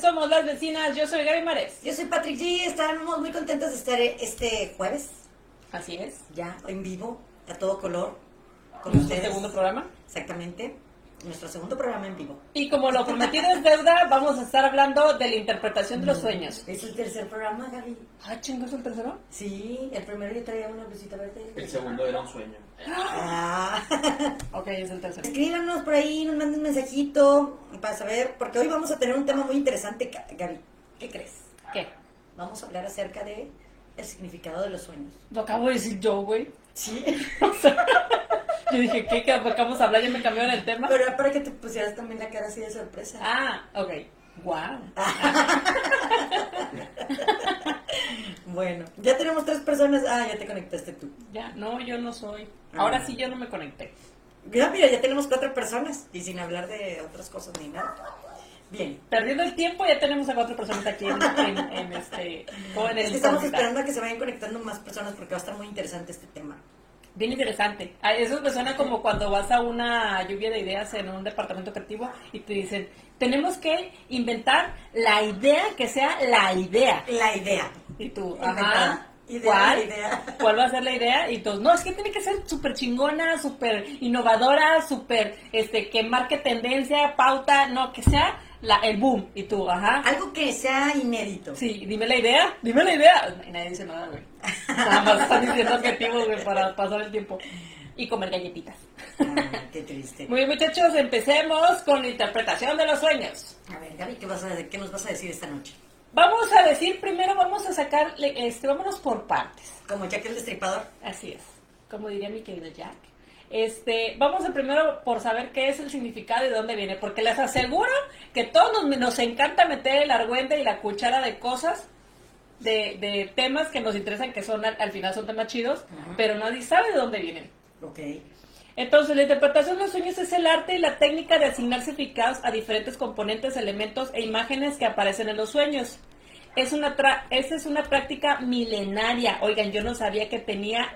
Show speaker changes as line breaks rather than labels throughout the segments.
somos las vecinas. Yo soy Gaby Mares.
Yo soy Patrick G. Estamos muy contentos de estar este jueves,
Así es.
ya en vivo, a todo color, con
Nuestro
ustedes.
segundo programa.
Exactamente. Nuestro segundo programa en vivo.
Y como lo prometido es deuda, vamos a estar hablando de la interpretación de los sueños.
Es el tercer programa, Gaby.
Ah, chingo, es el tercero.
Sí, el primero yo traía una blusita verde.
El segundo era un sueño.
Ah.
Ok, es el tercero.
Escríbanos por ahí, nos manden un mensajito para saber, porque hoy vamos a tener un tema muy interesante, Ga- Gaby. ¿Qué crees?
¿Qué?
Vamos a hablar acerca de el significado de los sueños.
Lo acabo de decir yo, güey.
Sí,
Yo dije, ¿qué? ¿Qué acabamos de hablar? Ya me cambiaron el tema.
pero era para que te pusieras también la cara así de sorpresa.
Ah, ok. Wow.
Bueno, ya tenemos tres personas. Ah, ya te conectaste tú.
Ya, no, yo no soy.
Ah.
Ahora sí yo no me conecté.
Ya, mira, ya tenemos cuatro personas y sin hablar de otras cosas ni nada. Bien.
Perdiendo el tiempo, ya tenemos a cuatro personas aquí en, en- en este. como en el
Es que estamos
hospital.
esperando a que se vayan conectando más personas porque va a estar muy interesante este tema.
Bien interesante. A Eso me suena como cuando vas a una lluvia de ideas en un departamento creativo y te dicen, tenemos que inventar la idea que sea la idea.
La idea.
Y tú,
Inventar
ajá,
idea,
¿cuál?
la idea.
¿Cuál va a ser la idea? Y tú, no, es que tiene que ser súper chingona, súper innovadora, súper, este, que marque tendencia, pauta, no, que sea la, el boom. Y tú, ajá,
Algo que sea inédito.
Sí, dime la idea, dime la idea. Y nadie dice nada, güey. Nada más están diciendo objetivos, güey, para pasar el tiempo. Y comer galletitas.
Ah, qué triste.
Muy bien, muchachos, empecemos con la interpretación de los sueños.
A ver, Gaby, ¿qué, vas a, ¿qué nos vas a decir esta noche?
Vamos a decir primero, vamos a sacar, este, vámonos por partes.
Como Jack el Destripador.
Así es, como diría mi querido Jack. Este, vamos a primero por saber qué es el significado y de dónde viene, porque les aseguro que todos nos, nos encanta meter el argüente y la cuchara de cosas, de, de temas que nos interesan, que son al, al final son temas chidos,
Ajá.
pero nadie sabe de dónde vienen.
Ok.
Entonces, la interpretación de los sueños es el arte y la técnica de asignar significados a diferentes componentes, elementos e imágenes que aparecen en los sueños. Es una tra- esa es una práctica milenaria. Oigan, yo no sabía que tenía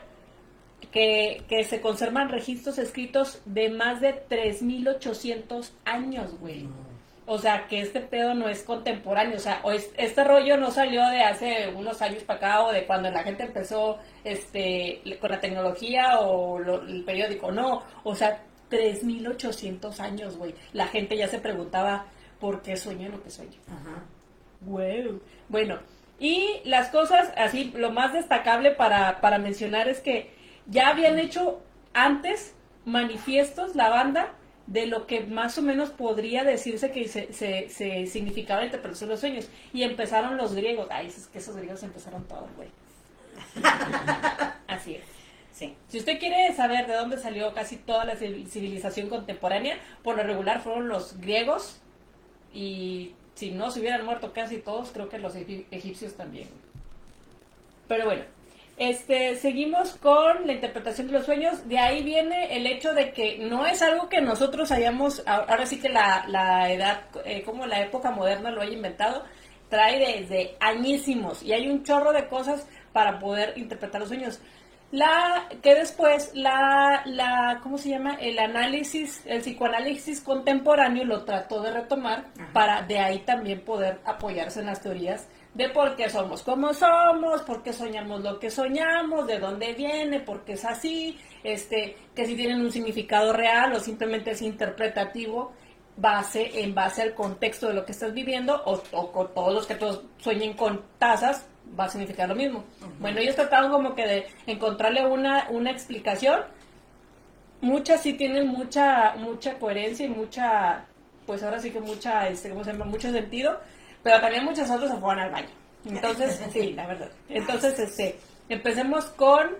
que, que se conservan registros escritos de más de 3.800 años, güey. O sea, que este pedo no es contemporáneo. O sea, o es- este rollo no salió de hace unos años para acá o de cuando la gente empezó este, le- con la tecnología o lo- el periódico. No, o sea, 3.800 años, güey. La gente ya se preguntaba por qué sueño lo que sueño.
Ajá.
Wow. Bueno, y las cosas así, lo más destacable para, para mencionar es que ya habían hecho antes manifiestos la banda de lo que más o menos podría decirse que se, se, se significaba la interpretación de los sueños. Y empezaron los griegos. Ay, es que esos griegos empezaron todo, güey. Así es.
Sí.
Si usted quiere saber de dónde salió casi toda la civil- civilización contemporánea, por lo regular fueron los griegos y si no se hubieran muerto casi todos, creo que los egip- egipcios también. Pero bueno, este, seguimos con la interpretación de los sueños. De ahí viene el hecho de que no es algo que nosotros hayamos, a- ahora sí que la, la edad, eh, como la época moderna lo haya inventado, trae desde añísimos y hay un chorro de cosas para poder interpretar los sueños. La que después la, la ¿cómo se llama? El análisis, el psicoanálisis contemporáneo lo trató de retomar
Ajá.
para de ahí también poder apoyarse en las teorías de por qué somos como somos, por qué soñamos lo que soñamos, de dónde viene, por qué es así, este, que si tienen un significado real o simplemente es interpretativo base en base al contexto de lo que estás viviendo o, o con todos los que todos sueñen con tazas va a significar lo mismo. Bueno, ellos trataron como que de encontrarle una, una explicación. Muchas sí tienen mucha mucha coherencia y mucha pues ahora sí que mucha este cómo se llama mucho sentido, pero también muchas otras se fueron al baño. Entonces, sí, la verdad. Entonces, este, empecemos con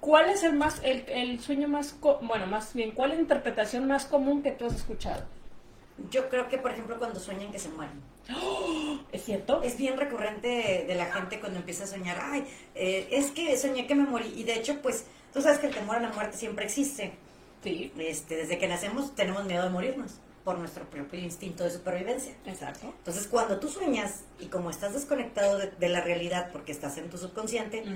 ¿Cuál es el más el, el sueño más co- bueno, más bien cuál es la interpretación más común que tú has escuchado?
Yo creo que, por ejemplo, cuando sueñan que se mueren.
¿Es cierto?
Es bien recurrente de la gente cuando empieza a soñar, ay, eh, es que soñé que me morí. Y de hecho, pues, tú sabes que el temor a la muerte siempre existe.
Sí,
Este, desde que nacemos tenemos miedo de morirnos por nuestro propio instinto de supervivencia.
exacto.
Entonces, cuando tú sueñas y como estás desconectado de, de la realidad porque estás en tu subconsciente,
Ujú.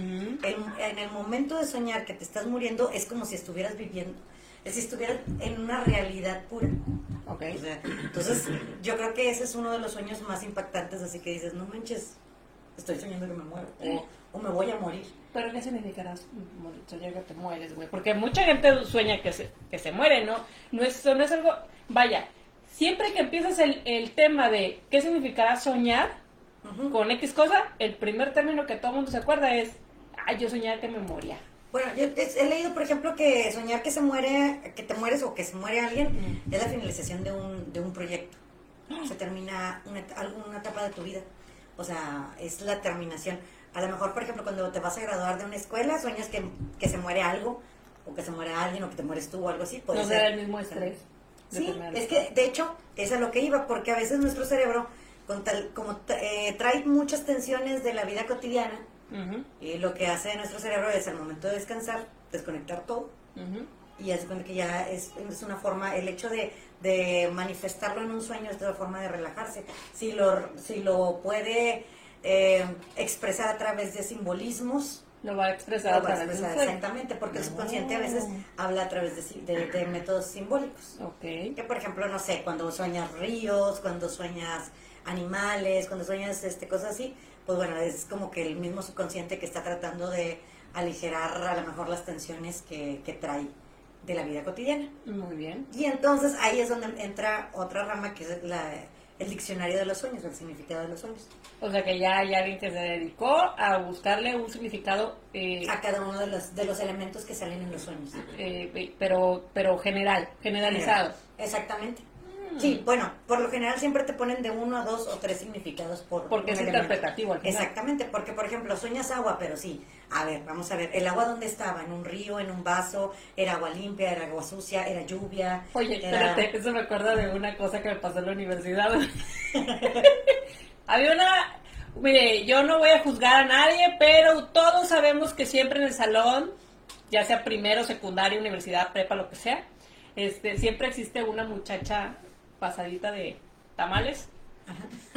el- en el momento de soñar que te estás muriendo es como si estuvieras viviendo, es si estuvieras en una realidad pura.
Ok.
O sea, entonces, yo creo que ese es uno de los sueños más impactantes, así que dices, no manches, estoy soñando que me muero, o, o me voy a morir.
Pero ¿qué significará morir? Soñar que te mueres, güey? Porque mucha gente sueña que se, que se muere, ¿no? No es, no es algo... Vaya, siempre que empiezas el, el tema de qué significará soñar
Ujú.
con X cosa, el primer término que todo el mundo se acuerda es, ay, yo soñaba que me moría.
Bueno, yo te- he leído, por ejemplo, que soñar que se muere, que te mueres o que se muere alguien es la finalización de un, de un proyecto.
Ah.
Se termina una, et- alguna etapa de tu vida. O sea, es la terminación. A lo mejor, por ejemplo, cuando te vas a graduar de una escuela, sueñas que, que se muere algo, o que se muere alguien, o que te mueres tú, o algo así. Puede
No
ser.
será el mismo estrés. de
Sí,
tener-
es que de hecho es a lo que iba, porque a veces nuestro cerebro, con tal, como tra- eh, trae muchas tensiones de la vida cotidiana,
Ujú,
y lo que hace nuestro cerebro es al momento de descansar, desconectar todo,
ujú.
y hace cuenta que ya es, es una forma, el hecho de, de manifestarlo en un sueño es una forma de relajarse. Si lo, si lo puede eh, expresar a través de simbolismos,
Lo va a expresar
lo
a
va a
través de un
expresar
sueño.
exactamente, porque el
No.
subconsciente a veces habla a través de, si- de- de métodos simbólicos.
Ok.
Que por ejemplo, no sé, cuando sueñas ríos, cuando sueñas animales, cuando sueñas este cosas así, pues bueno, es como que el mismo subconsciente que está tratando de aligerar a lo mejor las tensiones que, que trae de la vida cotidiana.
Muy bien.
Y entonces ahí es donde entra otra rama que es la- el diccionario de los sueños, el significado de los sueños,
O sea que ya hay alguien que se dedicó a buscarle un significado, eh,
a cada uno de los, de los elementos que salen en los sueños.
eh, pero, pero general, generalizado. Mm.
Exactamente. Sí, bueno, por lo general siempre te ponen de uno a dos o tres significados por
Porque
un
es
elemento.
interpretativo al final.
Exactamente, porque por ejemplo sueñas agua, pero sí, a ver, vamos a ver, ¿el agua dónde estaba? ¿En un río, en un vaso? ¿Era agua limpia, era agua sucia, era lluvia?
Oye,
era-
espérate, eso me acuerda de una cosa que me pasó en la universidad. Había una... Mire, yo no voy a juzgar a nadie, pero todos sabemos que siempre en el salón, ya sea primero, secundaria, universidad, prepa, lo que sea, este, siempre existe una muchacha pasadita de tamales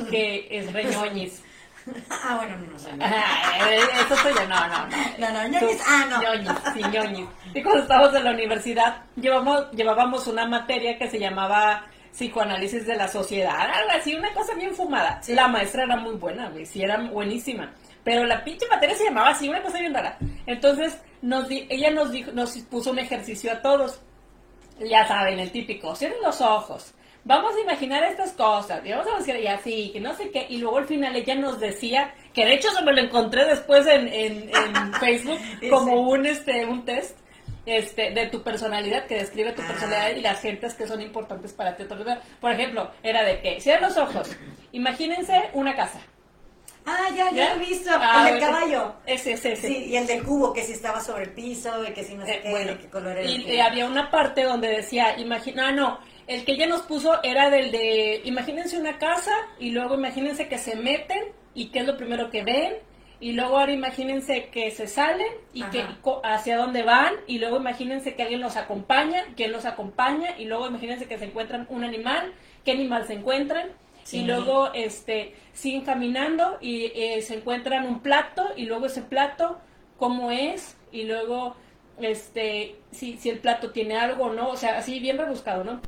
que es reñoñis.
Ah, bueno, no, no sé.
Ajá, Eso soy yo, no, no, no.
No, no, ñoñis, ah, no.
Ñoñis, sí, ñoñis. Y cuando estábamos en la universidad, llevamos, llevábamos una materia que se llamaba psicoanálisis de la sociedad, algo así, una cosa bien fumada.
Sí.
La maestra era muy buena, güey, sí, era buenísima. Pero la pinche materia se llamaba así, una cosa bien rara. Entonces, nos di- ella nos, dijo, nos puso un ejercicio a todos. Ya saben, el típico, cierren los ojos. Vamos a imaginar estas cosas, y vamos a decir, y así, que no sé qué, y luego al final ella nos decía, que de hecho se me lo encontré después en, en- en Facebook,
Sí,
como
sí.
un, este, un test este, de tu personalidad, que describe tu
Ah.
personalidad y las gentes que son importantes para ti. Por ejemplo, era de que, cierren los ojos, imagínense una casa.
Ah, ya, ya lo he visto,
Ah,
el del
bueno.
caballo.
Ese, ese, ese.
Sí, y el del cubo, que si estaba sobre el piso, y que si no sé
Eh,
qué,
bueno,
de qué color era. el
y,
cubo.
y había una parte donde decía, imagina, ah, no, el que ella nos puso era del de, imagínense una casa y luego imagínense que se meten y qué es lo primero que ven y luego ahora imagínense que se salen y
Ajá.
que y co- hacia dónde van y luego imagínense que alguien los acompaña, quién los acompaña y luego imagínense que se encuentran un animal, qué animal se encuentran.
Sí.
Y luego este, siguen caminando y eh, se encuentran un plato y luego ese plato, cómo es, y luego este, si, si el plato tiene algo o no, o sea, así bien rebuscado, ¿no?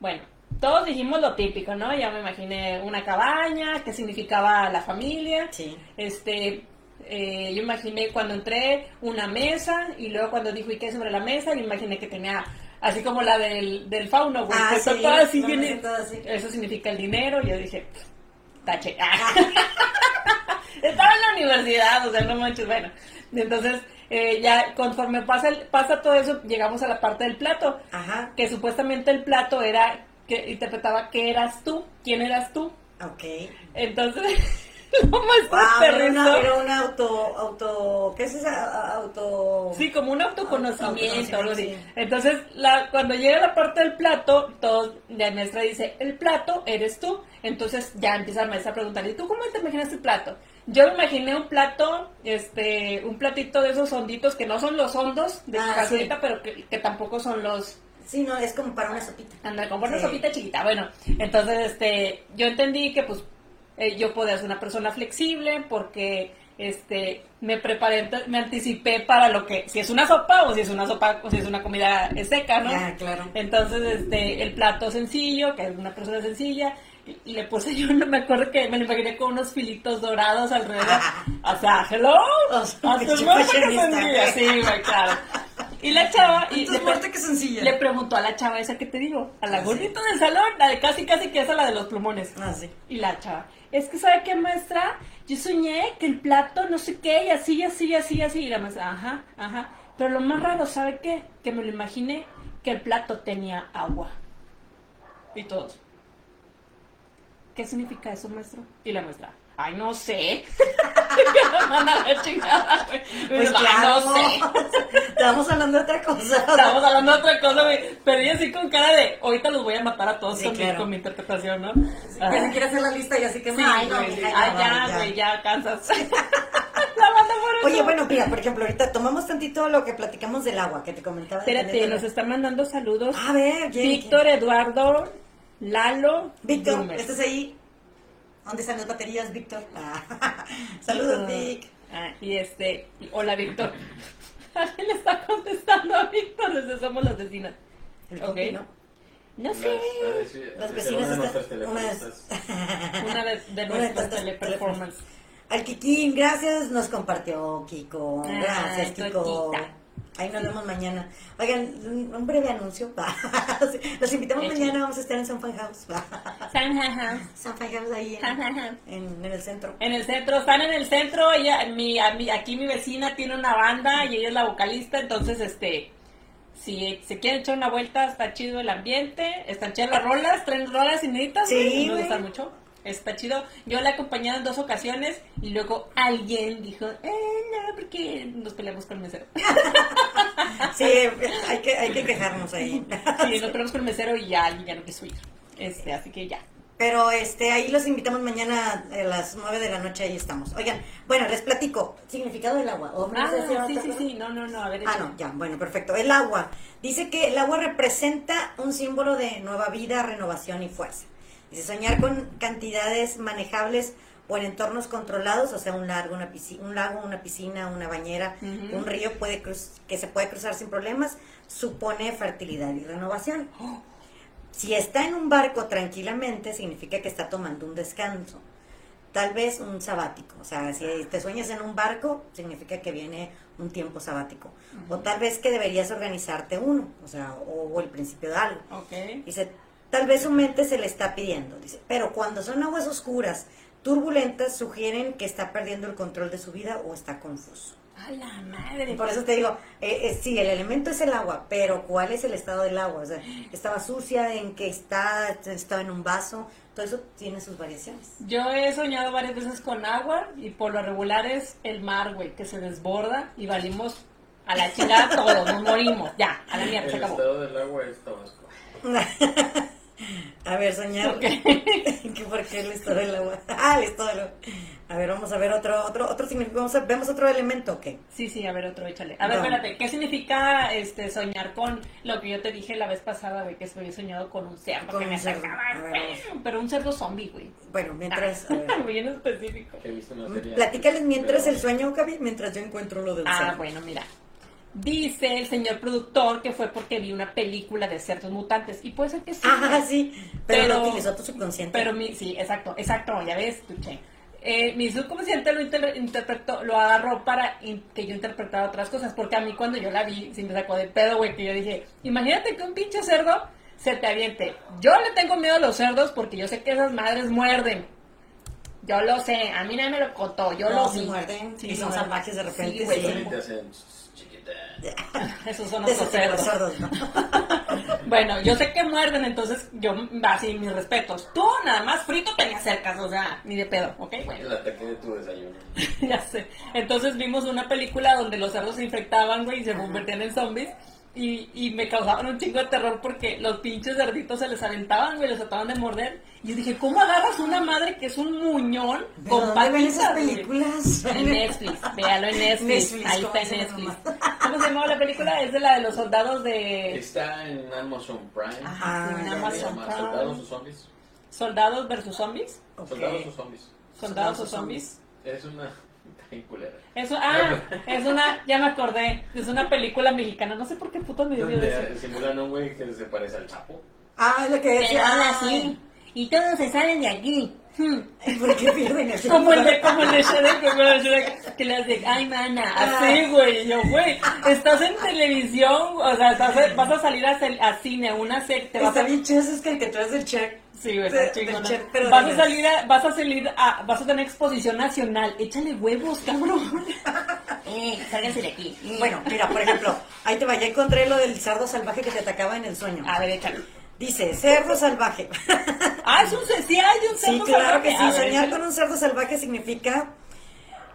Bueno, todos dijimos lo típico, ¿no? Ya me imaginé una cabaña, qué significaba la familia,
Sí.
este, eh, yo imaginé cuando entré una mesa y luego cuando dijo y qué sobre la mesa, yo imaginé que tenía así como la del, del fauno, güey,
Ah,
que está
sí,
toda pues, así
no,
bien-
no, todo así.
Eso significa el dinero, yo dije, tache. Estaba en la universidad, o sea, no manches, bueno. Entonces, eh, ya conforme pasa, el- pasa todo eso, llegamos a la parte del plato,
Ajá,
que supuestamente el plato era, que interpretaba qué eras tú, quién eras tú.
ok.
Entonces, lo más
Wow, era,
aterrizó-
Ah, una, era un auto, auto, ¿qué es esa auto?
Sí, como un autoconocimiento,
Autoconocimiento,
algo así.
Ah, sí.
Entonces, la, cuando llega la parte del plato, todos, la maestra dice, el plato eres tú. Entonces ya empieza la maestra a preguntar, ¿y tú cómo te imaginas el plato? Yo me imaginé un plato, este, un platito de esos honditos que no son los hondos de
Ah,
cazuelita,
sí.
pero que, que tampoco son los
Sí, no, es como para una sopita.
Anda, como una
Sí.
sopita chiquita. Bueno, entonces, este, yo entendí que, pues, eh, yo podía ser una persona flexible porque este, me preparé, me anticipé para lo que, si es una sopa o si es una sopa o si es una comida eh, seca, ¿no?
Ah, claro.
Entonces, este, el plato sencillo, que es una persona sencilla, y le puse yo, no me acuerdo que me lo imaginé con unos filitos dorados alrededor. O sea, hello,
O sea,
a tus
pinche
muertes que
fashionista,
sencilla.
güey.
Sí, güey, claro. Y la chava, y
Entonces,
le,
muerte
pre-
que sencilla.
le preguntó a la chava esa que te digo, a la
Ah, sí.
gordita del salón, la de casi casi que esa la de los plumones.
Ah, sí.
Y la chava, es que ¿sabe qué, maestra? Yo soñé que el plato no sé qué, y así, y así, y así, y así. Y la maestra, ajá, ajá. Pero lo más raro, ¿sabe qué? Que me lo imaginé que el plato tenía agua. Y todos, ¿qué significa eso, maestro? Y la maestra, ay, no sé. que la manda a la chingada, güey. Y
Pues
yo, "Ay,
claro.
no sé.
Estábamos hablando de otra cosa.
Estábamos hablando de otra cosa, güey. Pero ella así con cara de, ahorita los voy a matar a todos
Sí,
con, mi,
claro.
con mi interpretación, ¿no? Ajá.
Ya se quiere hacer la lista y así que
Sí,
ay, no,
güey,
mija,
ah,
vamos,
ya, güey, ya, cansas. la banda por
Oye, bueno, mira, por ejemplo, ahorita tomamos tantito lo que platicamos del agua que te comentaba. de
Espérate,
tener-
nos están mandando saludos.
A ver, ¿quién-
Víctor, Eduardo, Lalo,
quién? Víctor, este
Bloomer.
¿estás ahí? ¿Dónde están las baterías, Víctor? Ah, Saludos, Vic.
Ah, y este, y- hola, Víctor. Alguien le está contestando a Víctor desde Somos las Vecinas.
El
Ok.
compi, ¿no?
No sé,
ah,
Las vecinas están... unas-
unas...
una de, de
Una de
nuestras
tantas
teleperformance.
Al Kikín, gracias, nos compartió Kiko.
Ah,
Gracias, Kiko.
Toquita.
Ahí nos vemos mañana. Oigan, un un breve anuncio. va. Los invitamos
Échale.
mañana, vamos a estar en San Fan House. va.
San, ja, ja.
San Fan House ahí en,
Ajá, ajá.
en- en el centro.
En el centro, están en el centro, ella, mi, a mi- aquí mi vecina tiene una banda y ella es la vocalista, entonces este, si se quieren echar una vuelta, está chido el ambiente, están chidas las rolas, traen rolas inéditas,
Sí,
güey, me
güey.
gustan mucho, está chido, yo la he acompañado en dos ocasiones y luego alguien dijo, eh, no, porque nos peleamos con el mesero,
Sí, hay que, hay que quejarnos ahí.
sí, nos peleamos con el mesero y ya alguien ya no quiso ir, este, así que ya.
Pero este, ahí los invitamos mañana a las 9 de la noche, ahí estamos. Oigan, bueno, les platico. Significado del agua. Oh, ¿O me
Ah,
vas a decir otra
sí, sí,
cosa?
sí, no, no, no, a ver,
Ah,
échale.
no, ya, bueno, perfecto. El agua. Dice que el agua representa un símbolo de nueva vida, renovación y fuerza. Dice soñar con cantidades manejables o en entornos controlados, o sea, un, largo, una pisci- un lago, una piscina, una bañera,
Ujú.
un río puede cruz- que se puede cruzar sin problemas, supone fertilidad y renovación. Si está en un barco tranquilamente, significa que está tomando un descanso. Tal vez un sabático. O sea, si te sueñas en un barco, significa que viene un tiempo sabático. O tal vez que deberías organizarte uno, o sea, o, o el principio de algo.
Ok.
Dice, tal vez su mente se le está pidiendo. Dice, pero cuando son aguas oscuras, turbulentas, sugieren que está perdiendo el control de su vida o está confuso.
A la madre.
Por eso te digo, eh, eh, sí, el elemento es el agua, pero ¿cuál es el estado del agua? O sea, estaba sucia, en que está, estaba en un vaso, todo eso tiene sus variaciones.
Yo he soñado varias veces con agua y por lo regular es el mar, güey, que se desborda y valimos a la chingada todos, nos morimos, ya, a la mierda, se
El
acabó.
estado del agua es Tabasco.
A ver, soñar.
Ok.
¿Qué- ¿Por qué el estado del agua? Ah, el estado del agua. A ver, vamos a ver otro, otro, otro significado. Vamos a- vemos otro elemento, ok.
Sí, sí, a ver otro, échale. A ver,
No.
espérate, ¿qué significa este soñar con lo que yo te dije la vez pasada, güey, que había soñado con un cerdo
Con
que
un
me
cerdo.
atacaba,
A ver,
güey, pero un cerdo zombie, güey.
Bueno, mientras. a ver.
Bien específico.
Que he visto una serie.
Platícales mientras
Pero-
el sueño, Gaby, mientras yo encuentro lo del
Ah,
sueño.
bueno, mira. Dice el señor productor que fue porque vi una película de cerdos mutantes. Y puede ser que sí.
Ah,
güey.
sí. Pero,
Pero-
lo utilizó tu subconsciente.
Pero mi, sí, exacto, exacto, ya ves, escuché. Eh, mi subconsciente lo inter- interpretó, lo agarró para in- que yo interpretara otras cosas, porque a mí cuando yo la vi, sí me sacó de pedo, güey, que yo dije, imagínate que un pinche cerdo se te aviente. Yo le tengo miedo a los cerdos porque yo sé que esas madres muerden. Yo lo sé, a mí nadie me lo contó, yo
No,
lo
sí
vi.
muerden, y son
muerden.
salvajes de repente,
Sí, güey,
sí.
Solo
son-
te hacen chiquita.
esos son
De
los
esos
cerdos.
sordos, ¿no?
Bueno, yo sé que muerden, entonces yo, así, mis respetos. Tú nada más frito te me acercas, o sea, ni de pedo, ¿ok? Bueno.
El ataque de tu desayuno.
ya sé. Entonces vimos una película donde los cerdos se infectaban, güey, y se convertían en zombies. Y, y me causaban un chingo de terror porque los pinches cerditos se les aventaban, güey, los trataban de morder. Y yo dije, ¿cómo agarras una madre que es un muñón
¿Pero
con
dónde ven
patitas,
esas
güey?
películas?
En Netflix, véalo en Netflix.
Netflix,
Ahí
¿cómo
está en
se
Netflix.
llama?
¿Cómo se llamaba la película? Es de la de los soldados de...
Está en Amazon Prime.
Ajá.
Ah,
Ah,
en
ya,
Se
Amazon
llama
Prime.
Soldados o Zombies.
¿Soldados versus zombies?
Ok.
Soldados o Zombies.
¿Soldados o zombies?
Es una. Está bien culera.
Eso, ah, es una, ya me acordé, es una película mexicana, no sé por qué puto me dio eso.
Donde simulan a un güey que se parece al Chapo.
Ah, es lo que decía.
ahora
ay,
sí, y todos se salen de aquí. Hmm.
¿Por qué pierden el
Como el de, como el de Shrek, como el de Shrek, que las de, ay, mana,
Ah.
así, güey, y yo, güey, estás en televisión, o sea, estás- vas a salir a, cel- a cine, a una serie, te vas
Está
a...
bien chido esas caricaturas del Cher.
Sí, güey,
de-
está
del
chingona.
Cher, pero
Vas
de
a
las-
salir a, vas a salir a, vas a tener exposición nacional, échale huevos, cabrón. eh, sálganse de aquí.
Bueno, mira, por ejemplo, ahí te vaya, encontré lo del cerdo salvaje que te atacaba en el sueño.
A ver, échale.
Dice, cerdo salvaje.
Ah, es un ce- sí, hay un
Sí,
cerdo
claro
salvaje.
que
A
sí.
ver,
Soñar
échale.
con un cerdo salvaje significa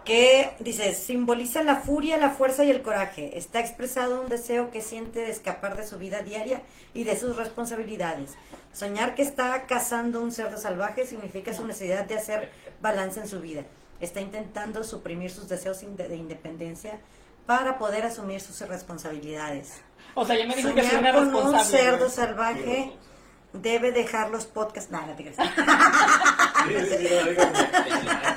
que, dice, simboliza la furia, la fuerza y el coraje. Está expresado un deseo que siente de escapar de su vida diaria y de sus responsabilidades. Soñar que está cazando un cerdo salvaje significa su necesidad de hacer balance en su vida. Está intentando suprimir sus deseos inde- de independencia para poder asumir sus responsabilidades.
O sea, ya me dijo que soy una
Soñar con un
responsable.
cerdo
güey.
salvaje debe dejar los podcasts. Nada, te creas.
Sí, sí, sí, lo digo como-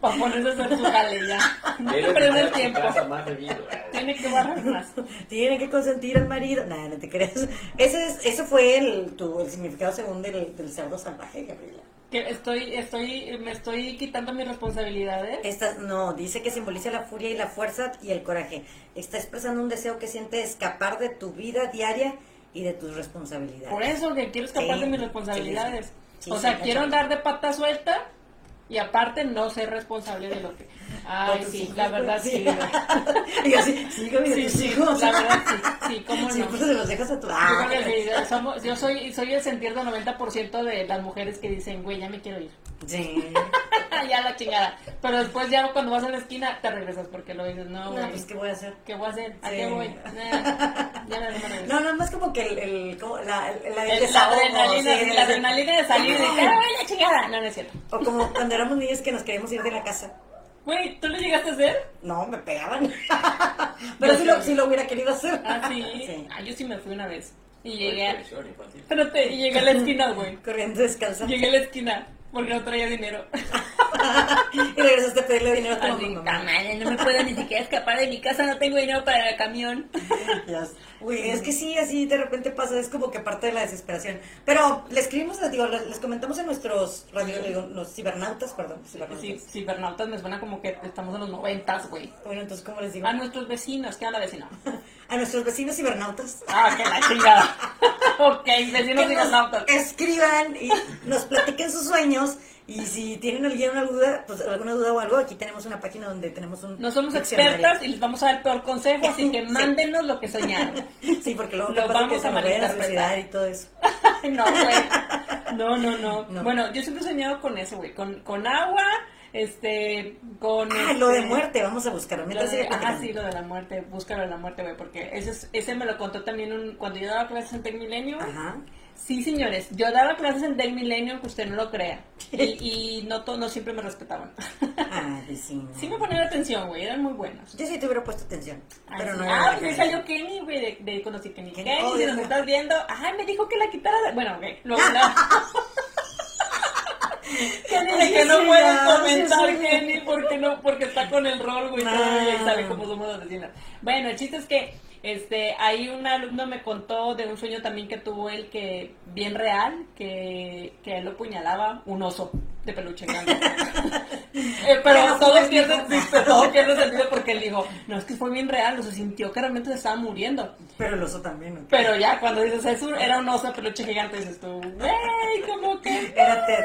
Para ponerse a hacer su jale ya. No te
Eres
pierdas
la
el tiempo.
casa más ¿eh? reñido.
Tiene que barrar más.
Tiene que consentir al marido. Nada, no te creas. Ese, es- ese fue el, tu, el significado según del, del cerdo salvaje, Gabriela.
Que estoy, estoy, me estoy quitando mis responsabilidades.
Esta, no, dice que simboliza la furia y la fuerza y el coraje. Está expresando un deseo que siente de escapar de tu vida diaria y de tus responsabilidades.
Por eso que quiero escapar
Sí,
de mis
sí,
responsabilidades.
sí. Sí,
o
sí,
sea,
cacho.
quiero andar de pata suelta y aparte no ser responsable de lo que. Ay,
Con tus
sí,
hijos,
la
güey,
verdad sí. güey.
y así, pues sí, con
Sí,
mis
sí,
hijos.
la verdad sí. Sí, cómo
Sí,
no.
pues se los dejas a tu.
Yo
Ah,
creo que sí, somos- yo soy, soy el sentir del 90% de las mujeres que dicen, güey, ya me quiero ir.
sí.
ya la chingada. Pero después ya cuando vas a la esquina te regresas porque lo dices, no,
No,
güey.
pues, ¿qué voy a hacer?
¿Qué voy a hacer? ¿A
Sí.
qué voy? Nah, ya me regreso.
No, no, más como que el, el, como la, el, el
El- la
desahogo,
adrenalina,
sí,
la
sí.
adrenalina de salir de que, "Ay, la chingada. No, no es cierto.
O como cuando éramos niños que nos queríamos ir de la casa.
Güey, ¿tú lo llegaste a hacer?
No, me pegaban. Pero sí lo, sí lo hubiera querido hacer.
Ah, sí.
Sí.
Ah, yo sí me fui una vez. Y llegué a...
Presión infantil.
Espérate, y llegué a la esquina, güey.
Corriendo descalza.
Llegué a la esquina porque no traía dinero.
Y regresaste a pedirle dinero a tu
Así, "Ta
mamá.
madre, no me puedo ni siquiera escapar de mi casa, no tengo dinero para el camión.
Ya sé. Güey, es que sí, así de repente pasa, es como que parte de la desesperación. Pero le escribimos, les digo, les les comentamos a nuestros radio, digo, los cibernautas, perdón, cibernautas.
Sí, cibernautas me suena como que estamos en los noventas, güey.
Bueno, entonces, ¿cómo les digo?
A nuestros vecinos, ¿qué onda vecino?
A nuestros vecinos cibernautas.
Ah, que la chingada. ok, vecinos
que nos
cibernautas.
escriban y nos platiquen sus sueños y si tienen alguna duda, pues alguna duda o algo, aquí tenemos una página donde tenemos un
No somos
diccionario.
expertas y les vamos a dar peor consejo, así que
Sí.
mándenos lo que soñaron.
Sí, porque luego
Lo
capaz de
vamos
que se
a
nos vaya la
malinterpretar.
sociedad y todo eso.
no, güey. No, no, no,
No.
Bueno, yo siempre he soñado con eso, güey. Con, con agua, este, con...
Ah, lo de
este,
muerte, vamos a buscarlo.
Lo
Mientras
de,
sigue
ah,
platicando.
sí, lo de la muerte, búscalo de la muerte, güey, porque ese, es- ese me lo contó también un- cuando yo daba clases en Tecmilenio.
Ajá.
Sí, señores, yo daba clases en Tech Millennium, que usted no lo crea. Y, y no, to- no siempre me respetaban.
Ah, vecino.
Sí me ponían atención, güey, eran muy buenos.
Yo sí te hubiera puesto atención,
Ay,
pero
sí.
no
ah,
era
pues ahí
la
salió Kenny, güey, de, de conocí Kenny.
Kenny,
Kenny,
oh,
si
Dios
nos
mío.
estás viendo, ay, me dijo que la quitara. de- Bueno, ok, luego la... Kenny, de
Ay,
que no
sí,
puedes
ya,
comentar,
sí, sí.
Kenny, porque, no, porque está con el rol, güey,
No.
todavía y sabe cómo somos las vecinas. Bueno, el chiste es que este, ahí un alumno me contó de un sueño también que tuvo él, que bien real, que, que él lo puñalaba un oso de peluche grande. Eh, pero
Pero
todo
fue
pierde,
mi
sí, pero todo pierde sentido porque él dijo, no, es que fue bien real, o sea, sintió que realmente se estaba muriendo.
Pero el oso también. ¿no?
Pero ya cuando dices, es un- era un oso peluche gigante, dices tú, güey, como que...
Era Ted.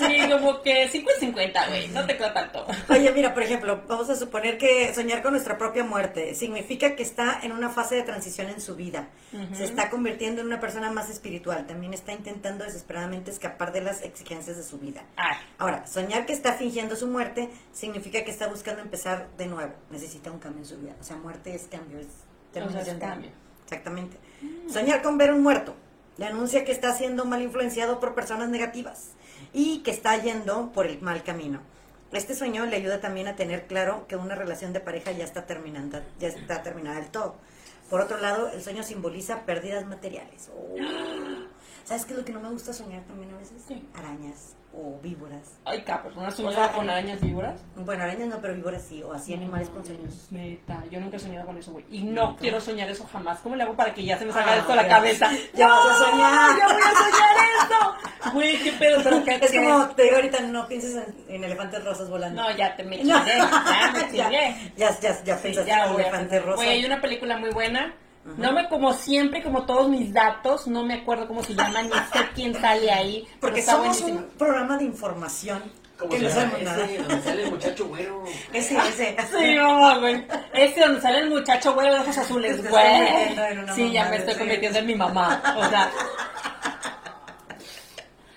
Sí, como que 5 y 50, güey, no te creo tanto.
Oye, mira, por ejemplo, vamos a suponer que soñar con nuestra propia muerte significa que está en una fase de transición en su vida. Se está convirtiendo en una persona más espiritual. También está intentando desesperadamente escapar de las exigencias de su vida.
Ay,
Ahora, soñar que está fingiendo su muerte significa que está buscando empezar de nuevo. Necesita un cambio en su vida. O sea, muerte es cambio, es
O sea,
terminación
es
de
cambio.
Exactamente. Soñar con ver un muerto le anuncia que está siendo mal influenciado por personas negativas y que está yendo por el mal camino. Este sueño le ayuda también a tener claro que una relación de pareja ya está terminando, ya está terminada del todo. Por otro lado, el sueño simboliza pérdidas materiales. Oh. ¿Sabes qué es lo que no me gusta soñar también a veces?
¿Qué?
Arañas o víboras.
Ay, capos, una
O
soñada
sea,
con arañas víboras.
Bueno, arañas no, pero víboras sí, o así animales con sueños.
Neta, yo nunca he soñado con eso, güey. Y no quiero soñar eso jamás. ¿Cómo le hago para que ya se me salga
Ah,
esto de la
ok.
cabeza?
Ya vas a soñar.
¡Ya voy a soñar esto! Güey, qué pedo, pero qué
Es como te digo ahorita, no pienses en, en elefantes rosas volando.
No, ya te me chingué,
No.
ya me chingué.
ya, ya, ya
Sí,
pensaste
ya,
en
güey.
elefantes rosas.
Güey, hay una película muy buena.
Ajá.
No me, como siempre, como todos mis datos, no me acuerdo cómo se llama, ni sé quién sale ahí. pero
Porque
está
somos
buenísima.
un programa de información
Como
que
si
no
era
sabemos
ese,
nada.
donde sale el muchacho güero.
Ese, ese.
Sí, mamá, güey. Este donde sale el muchacho, güey, de ojos azules,
Te estás
güey.
convirtiendo en una
Sí, ya me
mamá de
estoy
tres.
convirtiendo en mi mamá. O sea.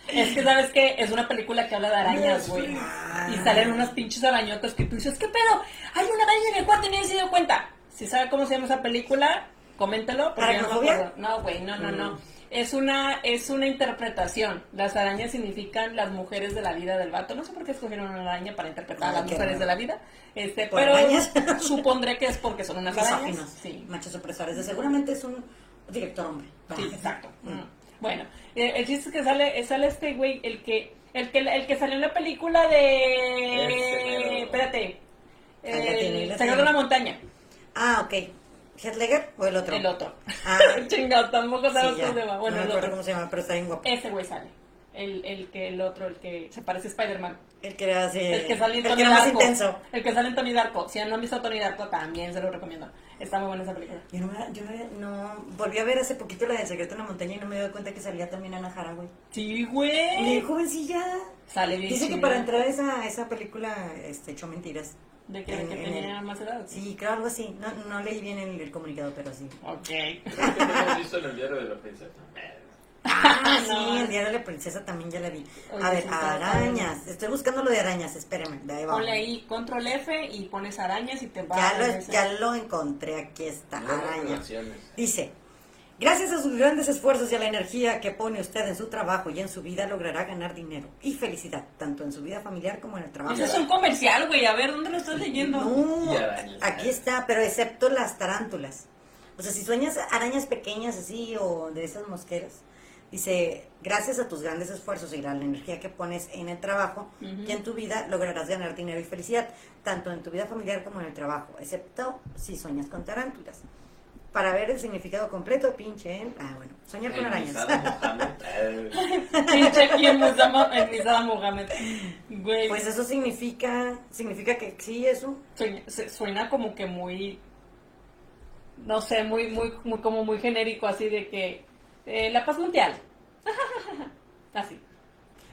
Es que, ¿sabes qué? Es una película que habla de arañas, güey. Y salen unas pinches arañotas que tú dices, ¿qué pedo? Hay una araña en el cuarto y nadie se dio cuenta. Si sabe cómo se llama esa película, coméntelo. porque yo no me
¿Aracnofobia?
acuerdo. No, güey, no, no, no. Es una, es una interpretación. Las arañas significan las mujeres de la vida del vato. No sé por qué escogieron una araña para interpretar a
Ah,
las
qué
mujeres
raro.
de la vida. Este,
¿Por
pero
arañas?
supondré que es porque son unas
Misóginos,
arañas. Sí,
machos opresores. De seguramente es un director hombre.
sí, exacto. Mm. Bueno, eh, el chiste es que sale, eh, sale este güey, el que, el que, el que salió en la película
Ese
de,
mero.
espérate,
Ahí la Ah, tiene, ahí
eh,
la
Señor de la
tiene.
Montaña,
Ah, ok. ¿Heath Ledger o el otro?
el otro.
Ah,
Chingado, tampoco
sí,
sabes
ya.
cómo se llama. Bueno,
no me
el
acuerdo
otro.
cómo se llama, pero está bien guapo.
Ese güey sale. El, el que, el otro, el que se parece a Spider-Man.
El que era así.
El que sale en
el
Tony
que era más
Darko.
intenso.
El que sale en Tony Darko. Si no han visto Tony Darko, también se lo recomiendo. Está muy buena esa película.
Yo no, me- yo me- no volví a ver hace poquito la de Secreto en la Montaña y no me doy cuenta que salía también Ana Jara, güey.
Sí,
Y
güey.
jovencilla.
Sale bien
Dice que
chida.
para entrar a esa, a esa película este, echó mentiras.
De que, de que
en- en
tenía
el-
más edad.
Sí, creo algo así. No, no leí bien el, el comunicado, pero sí.
Ok.
Creo que no lo has visto en el diario de la princesa.
Ah,
No.
sí, el diario de la princesa también ya la vi.
Oye,
A ver,
sí, está
arañas. Estoy buscando lo de arañas, espérame. De ahí va.
Ponle ahí control F y pones arañas y te va
Ya
a
lo,
regresar.
ya lo encontré, aquí está,
Nuevas
araña.
relaciones.
Dice, gracias a sus grandes esfuerzos y a la energía que pone usted en su trabajo y en su vida, logrará ganar dinero y felicidad, tanto en su vida familiar como en el trabajo.
Ese es un comercial, güey. A ver, ¿dónde lo estás leyendo?
No,
Y arañas.
aquí está, pero excepto las tarántulas. O sea, si sueñas arañas pequeñas así o de esas mosqueras, dice, gracias a tus grandes esfuerzos y la energía que pones en el trabajo
Ujú.
y en tu vida, lograrás ganar dinero y felicidad, tanto en tu vida familiar como en el trabajo, excepto si sueñas con tarántulas. Para ver el significado completo, pinche, ¿eh? Ah, bueno, soñar con
El
arañas.
Misada Mohamed. Eh,
Pinche aquí en Musama, en Misada Mohamed. Güey.
Pues eso significa, significa que sí, eso.
suena, se- suena como que muy no sé muy muy, muy como muy genérico así de que eh, la paz mundial así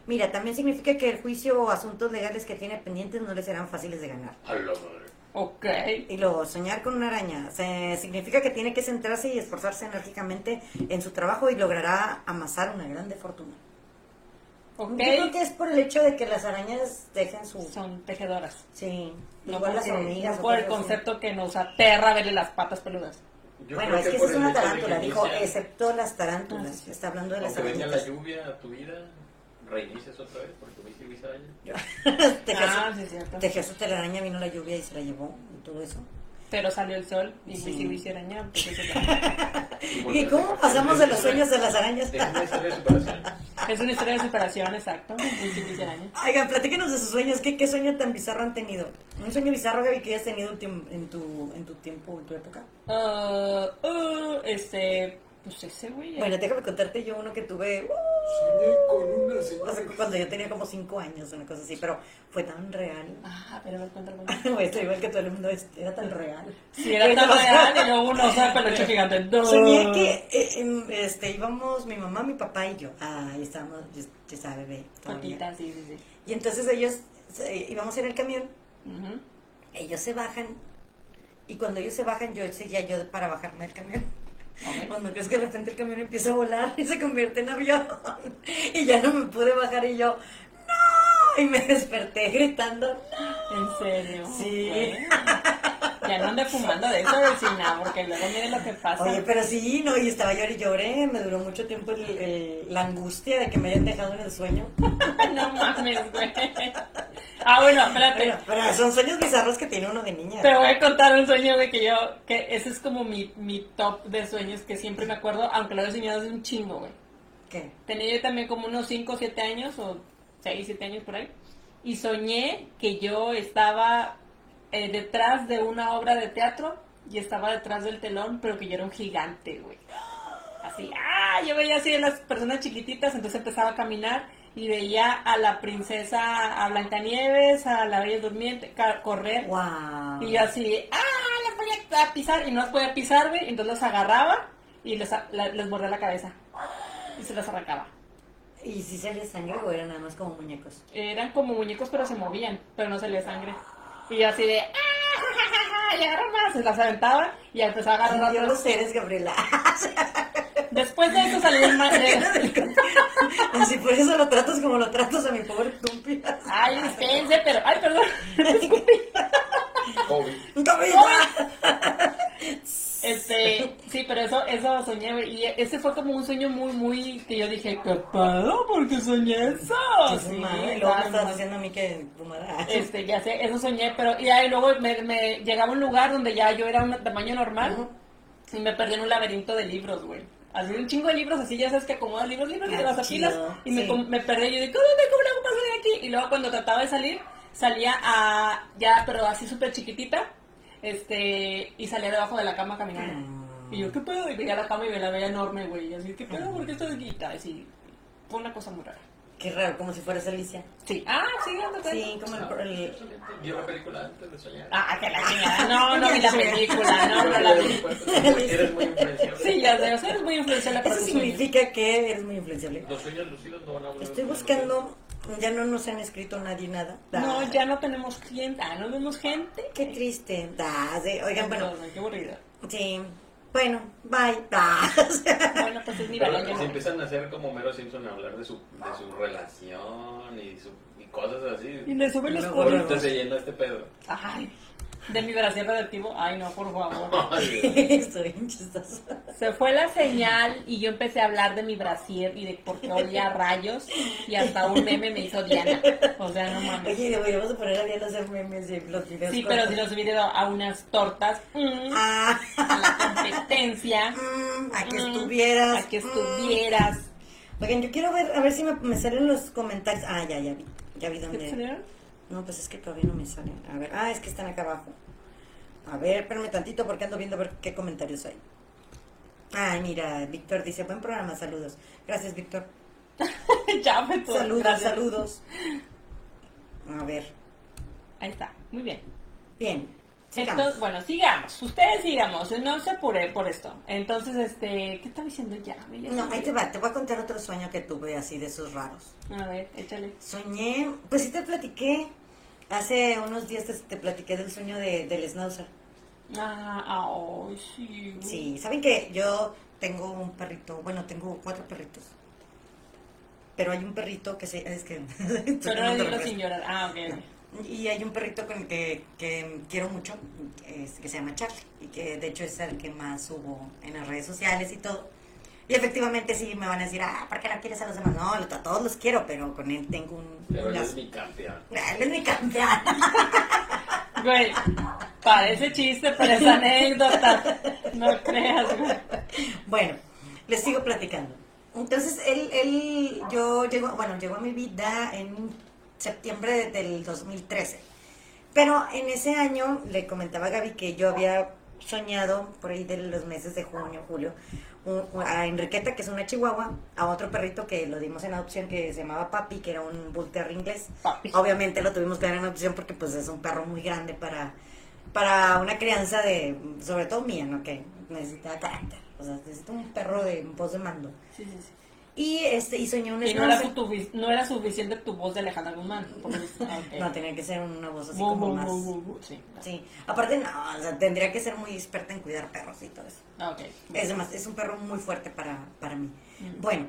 Mira, también significa que el juicio o asuntos legales que tiene pendientes no le serán fáciles de ganar.
a la madre.
ok
Y luego, soñar con una araña se- significa que tiene que centrarse y esforzarse enérgicamente en su trabajo y logrará amasar una grande fortuna.
ok
Yo creo que es por el hecho de que las arañas dejan su...
son tejedoras
Sí,
no
igual las
porque-
hormigas.
no
o
por el
cosas así.
concepto que nos aterra verle las patas peludas
Yo
Bueno,
creo
es que
por
esa es
el
una
hecho de
tarántula,
que
dijo,
inicia-
excepto las
Ah,
tarántulas.
sí.
Está hablando de las
Aunque venga la
arañas.
lluvia a tu vida, reinicias otra vez porque tuviste Luis Araña.
Tejió
ah
su-
sí es cierto
tejió su telaraña, vino la lluvia y se la llevó y todo eso.
pero salió el sol y
Sí.
sí. si hiciera ñam, pues, eso ya.
¿Y cómo pasamos de los sueños de las arañas?
Déjame hacer la superación.
es una historia de superación exacto y si hiciera ñam.
Oigan, platíquenos de sus sueños. ¿Qué, qué sueño tan bizarro han tenido? ¿Un sueño bizarro, Gaby, que hayas tenido ultim- en tu, en tu tiempo, en tu época?
Ah, ah, este pues ese güey
Bueno, déjame contarte yo uno que tuve
Soñé con una
uh,
señora.
hace- cuando yo tenía como 5 años, una cosa así, pero fue tan real.
ah pero a ver cuéntalo cuéntalo.
Güey, estoy igual que todo el mundo, es- era tan real.
Si era tan real, y luego uno sabe peluche gigante. No.
Soñé que eh, em, este, íbamos mi mamá, mi papá y yo. Ah, y estábamos, yo, yo estaba bebé. todavía.
Patita, sí, sí, sí.
Y entonces ellos eh, íbamos en el camión
Ujú.
ellos se bajan y cuando ellos se bajan yo seguía yo para bajarme del camión. Cuando crees que de repente el camión empieza a volar y se convierte en avión y ya no me pude bajar y yo no y me desperté gritando "No".
En serio.
Sí.
Bueno. Ya no ande fumando de eso, vecina, porque luego miren lo que pasa.
Oye, pero sí, no, y estaba llorando y lloré, me duró mucho tiempo el- el- la angustia de que me hayan dejado en el sueño.
No mames, güey. Ah, bueno,
Pero,
espérate.
pero son sueños bizarros que tiene uno de niña.
Te voy a contar un sueño de que yo, que ese es como mi, mi top de sueños que siempre me acuerdo, aunque lo he soñado hace un chingo, güey.
¿Qué?
Tenía yo también como unos 5 o 7 años, o 6, 7 años por ahí, y soñé que yo estaba eh, detrás de una obra de teatro y estaba detrás del telón, pero que yo era un gigante, güey. Así, ah, yo veía así a las personas chiquititas, entonces empezaba a caminar y veía a la princesa, a Blancanieves, a la Bella Durmiente ca- correr.
¡Wow!
Y yo así, ¡ah! Las voy a pisar. Y no las podía pisar, güey. Entonces los agarraba y les, a- la- les mordía la cabeza. Y se las arrancaba.
¿Y si salía sangre o eran nada más como muñecos?
Eran como muñecos, pero se movían. Pero no salía sangre. Y yo así de, ¡ah! ja, ja, ja, Y agarra más. Se las aventaba y empezaba a agarrar
Dios
otros.
los eres, Gabriela.
Después de eso salieron más.
Así por eso lo tratas como lo tratas a mi pobre tumpia.
Ay, dispense, pero. Ay, perdón.
COVID.
Este, sí, pero eso, eso soñé, güey. Y ese fue como un sueño muy, muy. Que yo dije, ¿qué pedo? ¿Por qué soñé eso?
Sí, madre, luego me
estaba
estás
mal.
diciendo a mí que fumara.
Este, ya sé, eso soñé, pero y ahí luego me, me llegaba a un lugar donde ya yo era un tamaño normal
Ujú.
y me perdí en un laberinto de libros, güey. Así un chingo de libros, así ya sabes que acomodas libros, libros y
Ah,
te las
qué
apilas.
chido,
Y me,
sí.
com- me perdí, yo de ¿cómo me cómo le hago para salir aquí? Y luego cuando trataba de salir, salía a, ya, pero así súper chiquitita, este, y salía debajo de la cama caminando.
Ah.
Y yo, ¿qué pedo? Y veía la cama y me la veía enorme, güey. Y así, ¿qué pedo? ¿Por qué estoy aquí? Y así, fue una cosa muy rara.
Qué raro, como si fueras Alicia.
Sí, ah, sí, ándate.
Sí, como el... el-
Vio la película antes de soñar.
Ah, que la chingada. No, no vi la película, no, no la vi.
Eres muy influenciable.
Sí, ya sé, o sea, eres muy influenciable para
Eso
tus sueños.
significa que eres muy influenciable.
Los sueños lucidos no van a volver.
Estoy buscando... Ya no nos han escrito nadie nada. Da.
No, ya no tenemos gente, ah, no vemos gente.
Qué triste. Da, sí. Oigan, bueno.
Perdón, Qué aburrido.
Sí. Bueno, bye. Da.
Bueno, pues es mi
Pero
valor.
se empiezan a hacer como Mero Simpson a hablar de su, de su relación y, su, y cosas
Y
así.
le suben los
No,
colores.
Ahorita se llena este pedo.
Ay, de mi vibración radioactivo. Ay, no, por favor.
Ay,
Estoy bien chistoso.
Se fue la señal y yo empecé a hablar de mi brasier y de por qué olía a rayos y hasta un meme me hizo Diana. O sea, no mames.
Oye, deberíamos de poner a Diana a hacer memes de los videos.
Sí, pero
cortos.
si los hubiera dado a unas tortas, mm,
Ah,
a la competencia,
mm, a que
Mm,
estuvieras.
a que
mm.
estuvieras.
Oigan, yo quiero ver, a ver si me, me salen los comentarios. Ah, ya, ya vi. Ya vi
¿Qué te
dónde.
salieron?
No, pues es que todavía no me salen. A ver, ah, es que están acá abajo. A ver, espérame tantito porque ando viendo a ver qué comentarios hay. Ay, mira, Víctor dice, buen programa, saludos. Gracias, Víctor.
ya me to-
Saludos,
gracias.
saludos. A ver,
Ahí está, muy bien.
bien. sigamos.
Entonces, bueno, sigamos. Ustedes sigamos. No se apure por esto. Entonces, este, ¿qué está diciendo ya? güey? Ya
No,
se-
ahí te va, te voy a contar otro sueño que tuve así de esos raros.
A ver, échale.
Soñé, pues sí te platiqué, hace unos días te, te platiqué del sueño de, del Schnauzer.
Ah, ah, ay, sí. güey.
Sí, ¿saben que yo tengo un perrito? Bueno, tengo cuatro perritos. Pero hay un perrito que se... Es que...
Pero no digo sin llorar. Ah, ok. ok.
Y hay un perrito con el que, que quiero mucho, es- que se llama Charlie, y que de hecho es el que más subo en las redes sociales y todo. Y efectivamente sí me van a decir, ah, ¿por qué no quieres a los demás? No, a todos los quiero, pero con él tengo un...
Pero
un
él es
lazo.
mi campeón.
Ah, Él es mi campeón.
Güey, parece chiste, pero es anécdota. No creas, güey.
Bueno, les sigo platicando. Entonces, él, él, yo llegó, bueno, llegó a mi vida en septiembre de- del 2013. Pero en ese año le comentaba a Gaby que yo había soñado, por ahí de los meses de junio, julio, un- a Enriqueta, que es una chihuahua, a otro perrito que lo dimos en adopción que se llamaba Papi, que era un bull terrier inglés.
Papi.
Obviamente lo tuvimos que dar en adopción porque pues es un perro muy grande para, para una crianza de, sobre todo mía, ¿no? Que necesita carácter. O sea, necesita un perro de voz de mando.
Sí, sí, sí.
Y este, y soñó un
Y no era,
schnauzer.
su- tu, no era suficiente tu voz de Alejandra Guzmán. porque- ah, ok.
No, tenía que ser una voz así
Bu,
como
bu,
más.
bu, bu, bu, Sí.
Sí, aparte no, o sea, tendría que ser muy experta en cuidar perros y todo eso.
Ah, ok.
Es demás, es un perro muy fuerte para, para mí. Bueno,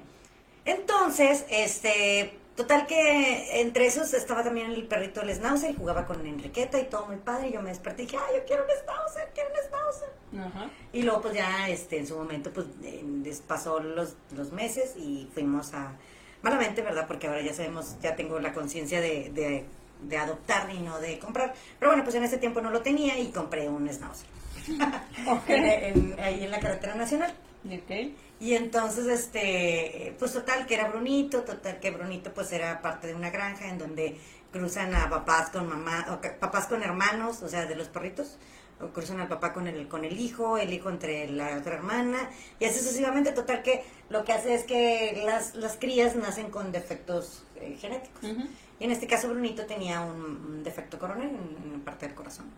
entonces, este, total que entre esos estaba también el perrito el Schnauzer y jugaba con Enriqueta y todo muy padre. Y yo me desperté y dije, ay, yo quiero un Schnauzer, quiero un Schnauzer.
Ajá.
Y luego pues ya este, en su momento pues eh, des- pasó los, los meses y fuimos a... Malamente, ¿verdad? Porque ahora ya sabemos, ya tengo la conciencia de, de, de adoptar y no de comprar. Pero bueno, pues en ese tiempo no lo tenía y compré un schnauzer. en-
Ok.
en- ahí en la carretera nacional.
Ok.
Y entonces, este, pues total que era Brunito, total que Brunito pues era parte de una granja en donde cruzan a papás con mamá, o ca- papás con hermanos, o sea, de los perritos, o cruzan al papá con el, con el hijo, el hijo entre la otra hermana, y así sucesivamente, total que lo que hace es que las, las crías nacen con defectos eh, genéticos.
Ujú.
Y en este caso Brunito tenía un, un defecto coronario en, en parte del corazón.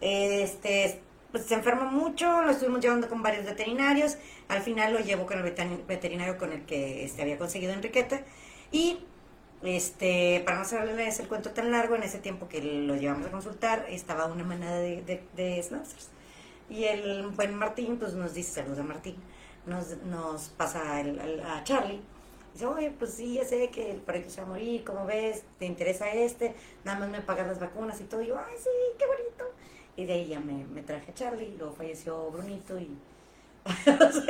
Eh, Este, pues se enferma mucho, lo estuvimos llevando con varios veterinarios. Al final lo llevo con el veterin- veterinario con el que este, había conseguido Enriqueta. Y este, para no hacerles el cuento tan largo, en ese tiempo que lo llevamos a consultar, estaba una manada de, de, de schnauzers. Y el buen Martín, pues nos dice, saludos a Martín, nos, nos pasa el- al- a Charlie. Dice, oye, pues sí, ya sé que el perrito se va a morir, ¿cómo ves? ¿Te interesa este? Nada más me pagan las vacunas y todo. Y yo, ay, sí, qué bonito. Y de ahí ya me, me traje a Charlie, y luego falleció Brunito y...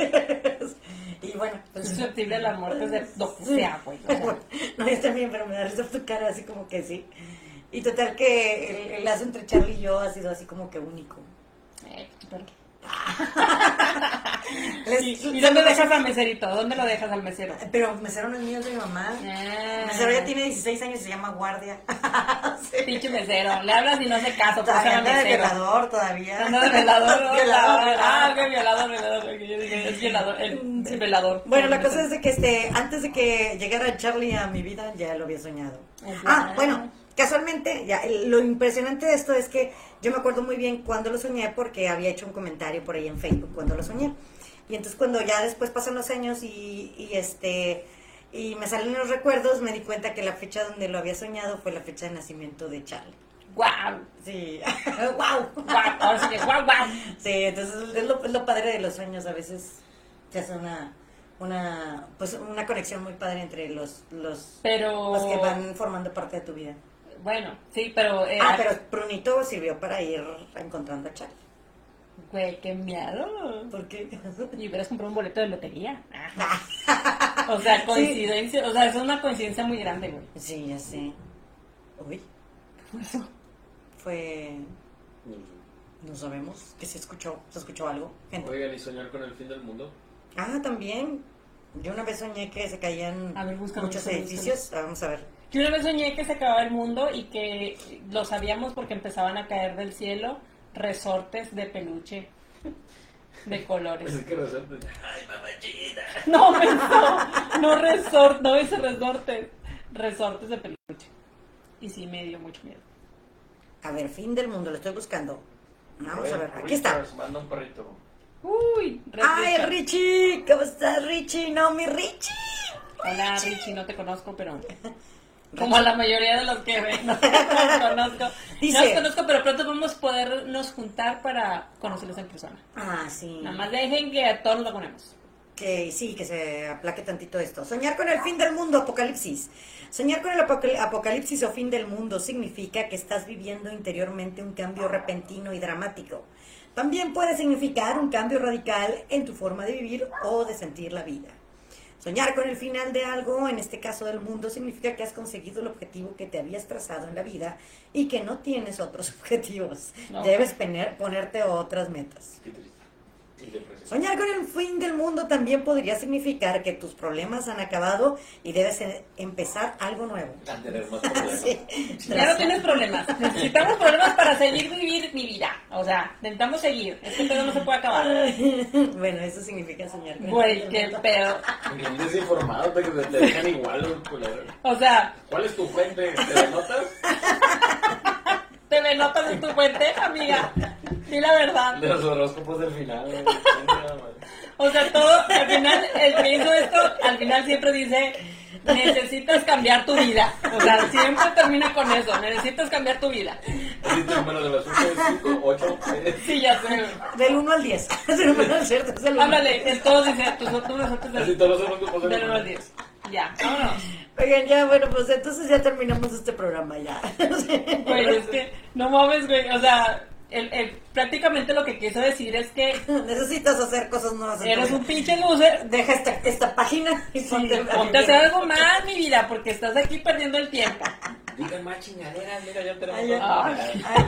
y bueno,
Es
pues...
susceptible a la muerte de lo que
Sí.
sea, güey. o sea.
No, yo también, pero me da risa tu cara, así como que sí. Y total que el, el lazo entre Charlie y yo ha sido así como que único.
Eh, pero-
Les-
¿Y, y dónde dejas al meserito? ¿Dónde lo dejas al mesero?
Pero mesero no es mío, es de mi mamá.
Ah.
Mesero ya tiene 16 años y se llama guardia.
Pinche mesero. Le hablas y no hace caso. Pues
Todavía
era
anda de
mesero.
violador todavía.
Anda de velador. ¿no?
Violador,
Ah,
violador.
ok, violador, violador. porque yo dije, Es violador. El, el velador.
Bueno, la cosa es de que este, antes de que llegara Charlie a mi vida, ya lo había soñado.
Ajá.
Ah, bueno, casualmente, ya, el- lo impresionante de esto es que yo me acuerdo muy bien cuando lo soñé porque había hecho un comentario por ahí en Facebook cuando lo soñé. Y entonces cuando ya después pasan los años y, y este y me salen los recuerdos, me di cuenta que la fecha donde lo había soñado fue la fecha de nacimiento de Charlie.
¡Guau!
Sí, wow.
¡Guau! Ahora sí que guau, guau.
Sí, entonces es lo, es lo padre de los sueños, a veces se hace una, una, pues una conexión muy padre entre los, los,
Pero.
los que van formando parte de tu vida.
Bueno, sí, pero. eh,
Ah, pero Brunito sirvió para ir encontrando a Charlie.
Güey, qué miedo.
¿Por qué?
Y hubieras comprado un boleto de lotería.
Ah.
O sea, coincidencia. O sea, es una coincidencia muy grande, güey.
Sí, ya sé. Uy, fue, no sabemos, que se escuchó, se escuchó algo, gente.
Oigan, ¿y soñar con el fin del mundo?
Ah, también, yo una vez soñé que se caían
A ver, búscalo,
muchos
búscalo,
edificios, Ah, vamos a ver.
Yo una vez soñé que se acababa el mundo y que lo sabíamos porque empezaban a caer del cielo resortes de peluche de
Pues
colores.
es que resorte. Ay, mamachita.
No, no, no resort, no dice resortes, resortes de peluche. Y sí me dio mucho miedo.
A ver, fin del mundo, lo estoy buscando. Vamos a ver, aquí está.
Manda un perrito.
Uy, Red
¡Ay,
Richard.
Richie! ¿Cómo estás, Richie? No, mi Richie.
Hola Richie, no te conozco, pero como a la mayoría de los que ven, no te conozco.
Dice-
no los conozco, pero pronto vamos a podernos juntar para conocerlos en persona.
Ah, sí.
Nada más dejen que a todos nos lo ponemos.
Que sí, que se aplaque tantito esto. Soñar con el fin del mundo, apocalipsis. Soñar con el apocal- apocalipsis o fin del mundo significa que estás viviendo interiormente un cambio repentino y dramático. También puede significar un cambio radical en tu forma de vivir o de sentir la vida. Soñar con el final de algo, en este caso del mundo, significa que has conseguido el objetivo que te habías trazado en la vida y que no tienes otros objetivos.
No.
Debes poner- ponerte otras metas.
Qué triste. Y depresión.
Soñar con el fin del mundo también podría significar que tus problemas han acabado y debes eh, empezar algo nuevo.
A tener más problemas.
Sí.
Ya no tienes problemas. Necesitamos problemas para seguir vivir mi vida. O sea, necesitamos seguir. Este pedo no se puede acabar.
bueno, eso significa soñar con
Güey,
el fin
qué
del mundo.
pedo.
Bien desinformado, te, te dejan igual, güey, culero.
O sea,
¿Cuál es tu fuente? ¿Te denotas?
te me notas en tu fuente, amiga. Di la
De
verdad.
los horóscopos del final. güey. Chinga, madre.
O sea, todo, al final, el que hizo esto, al final siempre dice, necesitas cambiar tu vida. O sea, siempre termina con eso. Necesitas cambiar tu vida.
Así te número de eh, los 5, 8, 6.
Sí, ya sé. güey.
Del 1 al 10. es el número cierto, es el uno.
Háblale, entonces dice, tus otros nosotros
Así
del
todos los horóscopos del
del uno al
final.
10. Ya, vámonos.
Oigan, ya, bueno, pues entonces ya terminamos este programa ya.
Güey, es que no mames, güey. O sea, el, el- prácticamente lo que quiso decir es que
Necesitas hacer cosas nuevas. en tu
eres
vida.
un pinche loser.
Deja esta, esta página y ponte, a
Ponte a
vivir.
hacer algo más, mi vida, porque estás aquí perdiendo el tiempo.
Digan más chingaderas, mira, ya
Ay,
tenemos.
ya.
Ay,
Ay,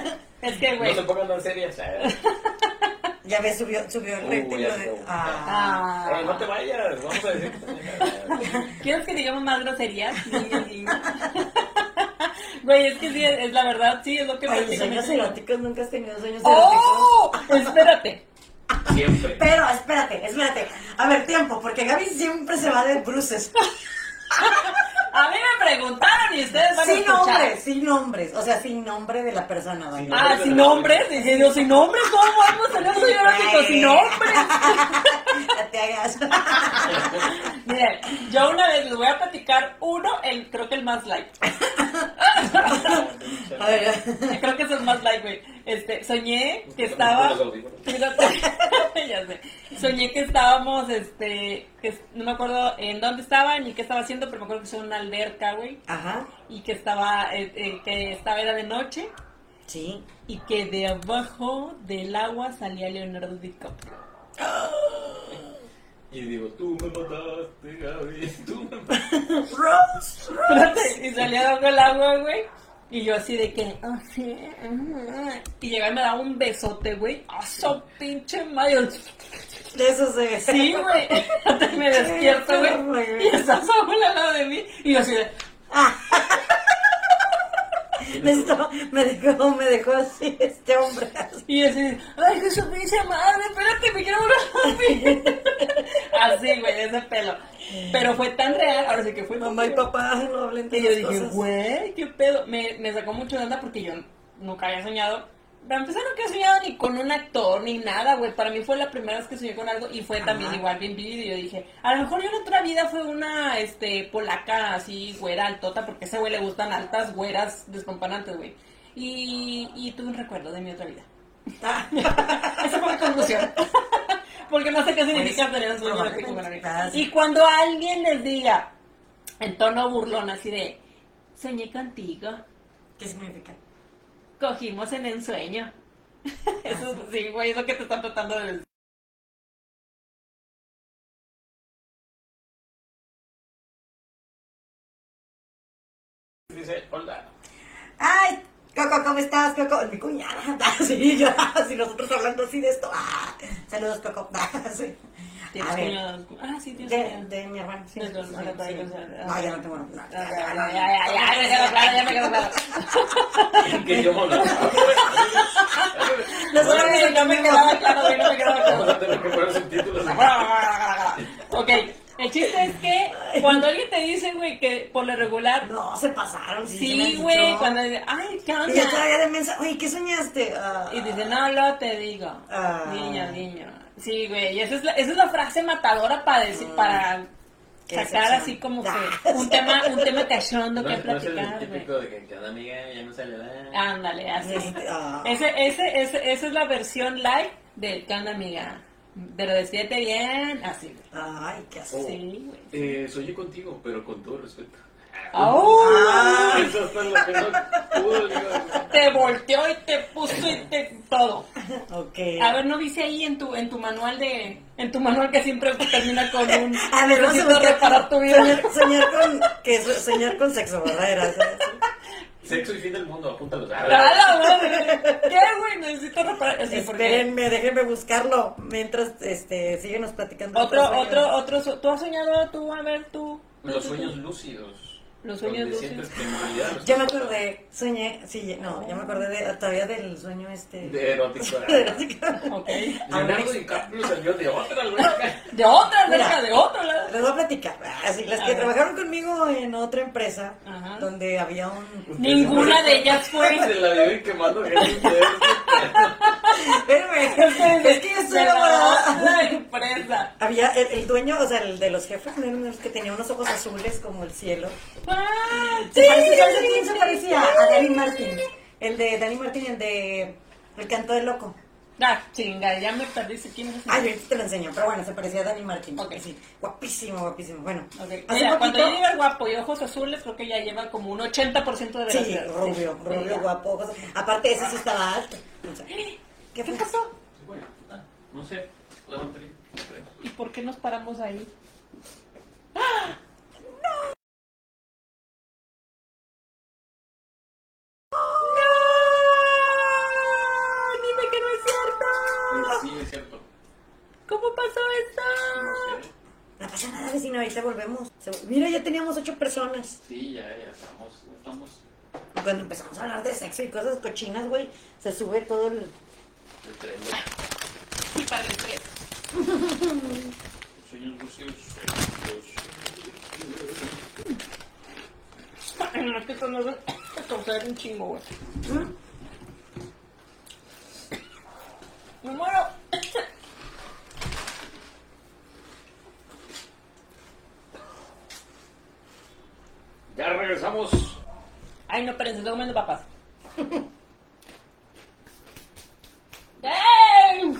yay.
Es que,
No
güey.
se pongan tan serias. Eh,
Ya ves, subió, subió el
Uy,
rating.
ya
lo de-
subió.
Ah.
Ah.
Eh, no te vayas, vamos a decir que te-
¿Quieres que digamos más groserías? Sí, sí. Güey, es que sí, es la verdad, sí, es lo que
Oye, sueños
prácticamente-
eróticos, nunca has tenido sueños eróticos.
¡Oh! Espérate.
Siempre.
Pero, espérate, espérate. A ver, tiempo, porque Gaby siempre se va de bruces.
A mí me preguntaron y ustedes van a
Sin
escuchar.
nombres, sin nombres. O sea, sin nombre de la persona, vaya.
Sin
Ah, sin nombres. Dije yo, sin nombres, ¿cómo vamos a tener sueño erótico sin nombres?
Ya te hagas.
Miren, yo una vez les voy a platicar uno, el, creo que el más light.
A ver,
Creo que es el más light, güey. Este, soñé que
Con
estaba.
los audífonos.
Fíjate, ya sé. Soñé que estábamos, este, que no me acuerdo en dónde estaba ni qué estaba haciendo, pero me acuerdo que fue en una alberca, güey,
Ajá,
y que estaba, eh, eh, que estaba era de noche
sí.
y que de abajo del agua salía Leonardo DiCaprio.
Y digo, tú me mataste, Gaby, tú me mataste.
Rose.
Espérate, y salía de abajo del agua, güey. Y yo así de que, ah, sí, ah, ah. y llegaba y me daba un besote, güey. ¡Ah, su pinche madre!
De eso se
Sí, güey. Hasta me despierto, güey. Y estás sola al lado de mí. Y yo así de,
Me, estaba- me dejó, me dejó así este hombre.
y yo así de, ay, qué su pinche madre, espérate, me quiero morir. Así, güey, ese pelo. Pero fue tan real, ahora sí que fue
Mamá y papá no hablen de
Y yo
esas
dije,
cosas.
güey, qué pedo. Me, me sacó mucho de onda porque yo nunca había soñado. Para empezar, nunca había soñado ni con un actor ni nada, güey. Para mí fue la primera vez que soñé con algo y fue también
Ajá.
igual bien vivido. Y yo dije, a lo mejor yo en otra vida fue una este, polaca así, güera, altota, porque a ese güey le gustan altas, güeras, descompanantes, güey. Y, y tuve un recuerdo de mi otra vida.
Ah,
Esa fue la conclusión. Porque no sé qué significa
Pues,
tener un sueño
probablemente,
erótico con alguien.
ah, sí.
Y cuando alguien les diga, en tono burlón, así de, soñé contigo,
¿Qué significa?
cogimos en el sueño. Eso es- sí, güey, es lo que te están tratando de decir.
Dice, hola.
Ay, Coco, ¿cómo estás? Coco, mi cuñada. Ah, Sí, yo, así nosotros hablando así de esto. Ah, saludos, Coco. Ah, sí.
Tienes
A ver.
sueño- Ah, sí, tienes
De,
sueño.
de mi hermano. Sí,
De
sí,
tu hermano,
sí.
sí, o sea,
No, ya no tengo. no,
Ya,
ya,
ya,
ya,
ya,
ya,
ya, ya, ya me quedó claro, ya me quedó claro.
Que yo me hablaba.
Los
Bueno,
hombres
no me quedaba claro, güey, no me quedaba
Vamos
claro.
a tener que poner subtítulos.
Ok, el chiste es que cuando alguien te dice, güey, que por lo regular
No, se pasaron. Sí, se me
Sí,
han
güey,
dicho.
cuando dice, ay, ¿qué
Y yo
onda?
todavía de mensa, oye, ¿qué soñaste? Ah,
Y dice, no, lo te digo.
Ah.
Niño, niño. Sí, güey, y esa es la, esa es la frase matadora para decir, para
Qué
sacar
decepción.
así como que
Ah.
un tema, un tema cachondo
No,
que
no es el
platicar, güey.
típico de que, ¿qué onda, amiga? Ya no sale "Ah, nada.
Ándale, así.
Este, ah.
Ese, ese, ese, esa es la versión live de ¿qué onda, amiga? Pero decídete bien, así. güey.
Ay, qué asco.
Oh.
Sí, güey. Ah,
Eh, soy yo contigo, pero con todo respeto.
oh.
Ah,
¡Au!
Eso es lo que no pudo, digo.
Te volteó y te puso y te todo.
Ok.
A ver, ¿no dice ahí en tu, en tu manual de... En tu manual que siempre termina con un...
A ver, vamos a
necesito
buscar-
reparar tu vida.
Soñar, soñar con, que, so- soñar con sexo, ¿verdad? Era así.
Sexo y fin del mundo, apúntalo.
¡A la madre! ¿Qué, güey? Necesito reparar... Sí, porque-
Espérenme, déjenme buscarlo mientras este, síguenos platicando.
Otro,
otros
otro,
sueños.
otro... su- ¿Tú has soñado tú? A ver, tú... tú,
Los
tú,
sueños
tú.
lúcidos.
Los sueños
Donde
lúcidos.
sientes que en realidad-
Yo me acordé, soñé, sí, no, yo me acordé de, todavía del sueño este.
De erótico.
Ok.
Leonardo DiCaprio salió de otra, güey.
De otra
Mira.
cerca, de otro lado.
Les voy a platicar. Así, las
A
que
ver.
trabajaron conmigo en otra empresa,
Ajá.
donde había un.
Ninguna de ellas
Se
fue...
la viven quemando gente.
Espérame, es que yo estoy
de la
enamorada.
otra empresa.
Había el, el dueño, o sea, el de los jefes, ¿no? el que tenía unos ojos azules como el cielo.
¡Ah!
¿Se parece, ¿Sabes a
sí,
quién se
sí,
parecía?
sí.
A Danny Martin. El de Danny Martin, el de El Canto del Loco.
Ah, chinga, ya me perdí. ¿Quién es? ese?
Ay, ahorita te lo enseño, pero bueno, se parecía a Danny Martin.
Ok.
Sí, guapísimo, guapísimo. Bueno,
Ok,
hace
mira, cuando
poquito-
ya llega el guapo y ojos azules, creo que ya lleva como un 80% de
Sí,
veracidad.
rubio,
Sí,
rubio,
ya.
guapo. ojos- Aparte, ese sí estaba alto. O sea, ¿Qué
¿Qué
fue?
pasó?
Bueno, no sé. La otra.
¿Y por qué nos paramos ahí? pasó
No
eso?
sé.
No pasa nada, vecino, ahorita volvemos. Se- Mira, ya teníamos ocho personas.
Sí, ya, ya estamos. ya estamos.
Y cuando empezamos a hablar de sexo y cosas cochinas, güey, se sube todo el...
El tren de
Y para el tres.
los sueños lúcidos, los-
Ay, no, es que esto no es causar un chingo, güey.
¿Mm?
Me muero.
Ya regresamos.
Ay, no, espérense, estoy comiendo papas. ¡Ey!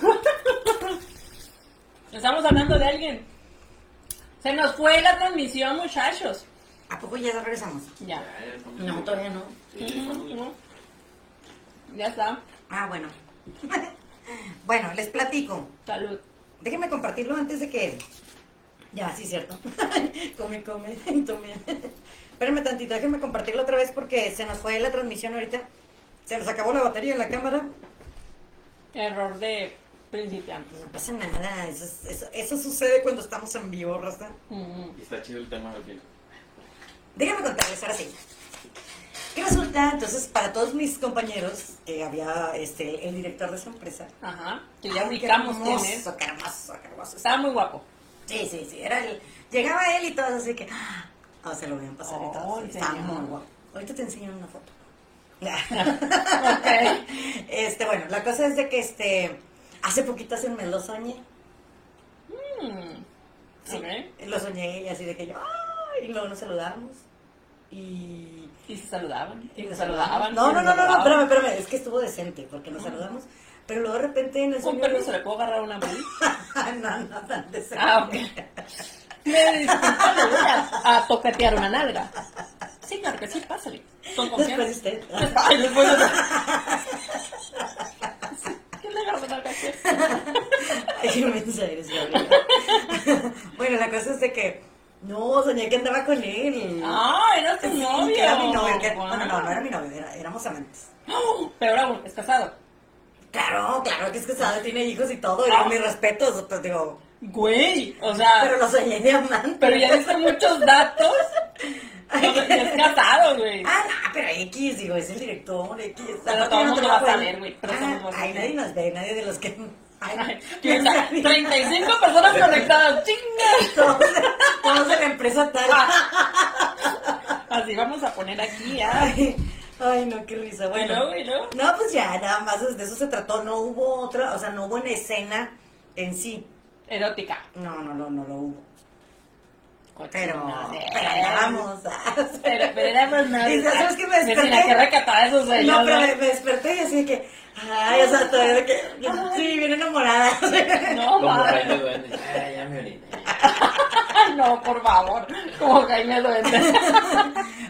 Estamos hablando de alguien. Se nos fue la transmisión, muchachos.
¿A poco ya regresamos?
Ya.
Ya, ya estamos.
No, todavía no.
Sí, ya estamos.
Ujú, ujú. Ya está.
Ah, bueno. bueno, les platico.
Salud.
Déjenme compartirlo antes de que... Ya, sí, cierto. come, come, tome. Espérenme tantito, déjenme compartirlo otra vez porque se nos fue la transmisión ahorita. Se nos acabó la batería en la cámara.
Error de principiantes.
No pasa nada, eso, es- eso, eso sucede cuando estamos en vivo, Raza.
Ujú.
Y está chido el tema del vino.
Déjame contarles ahora sí. ¿Qué resulta entonces para todos mis compañeros que había este, el director de esa empresa?
Ajá. Que ya
Ay,
ubicamos
qué
quién
hermoso,
es.
qué hermoso, qué hermoso.
Estaba muy guapo.
Sí, sí, sí, era el, llegaba él y todos así que, ah, ah, se lo veían pasar
Oh,
y todos,
el
está
señor.
muy guapo. Ahorita te enseño una foto.
Ok.
este, bueno, la cosa es de que este, hace poquito se me lo soñé.
Mm.
Sí,
Ok.
lo soñé y así de que yo, ¡ay! Y luego nos saludamos. Y.
Y se saludaban. Y se
nos
saludaban.
No,
y
no,
se
no, no, no,
saludaban.
espérame, espérame, es que estuvo decente porque nos saludamos. Pero luego de repente en el
Con
sueño.
permiso, ¿le puedo agarrar una mano?
no, no, tan decente.
Ah, ok. Me disculpa, le voy a, a toquetear una nalga. Sí, claro que sí, pásale. Con
Después de
confianza.
usted.
Ay, después de... ¿Qué le agarro una nalga?
Ay, qué mensa eres, Gabriela. Bueno, la cosa es de que. No, soñé que andaba con él.
Ah, era tu novio.
Que era mi novio. que-
Guau.
Bueno, no, no era mi novio, era- éramos amantes.
¡Oh! Peor aún, es casado.
Claro, claro que es
Ah.
casado, tiene hijos y todo, y mis respetos, pues digo,
Güey, o sea,
pero
pero,
lo soñé de amante.
Ah. ya diste muchos datos. No,
Ay.
ya es casado, güey.
Ah, no, pero X, digo, es el director, X.
Pero
Aparte,
todo
yo
mundo
te
va a
puedo-
saber, güey, pero todo
Ah,
mundo va a
Ay,
saber.
nadie nos ve, nadie de los que... Ay,
Ay, ¿quién sabe? 35 personas conectadas, chingas.
Todos, todos de la empresa tal.
Ah. Así vamos a poner aquí, ¿ah?
Ay, ay, no, qué risa. Bueno,
Y luego, y luego.
no, pues ya, nada más es- de eso se trató. No hubo otra, o sea, no hubo una escena en sí.
Erótica.
No, no, no, no lo hubo. Pero,
Cochinadas.
pero allá vamos.
Pero, pero éramos nada.
Y sabes que me
Vecina,
desperté.
qué recatada esos
No,
señores.
pero me, me desperté y así de que, ay, o sea, todavía de que, sí, bien enamorada.
No,
Como
madre.
Jaime Duende. Ah, ya me oriné.
Ay, no, por favor. Como Jaime Duende.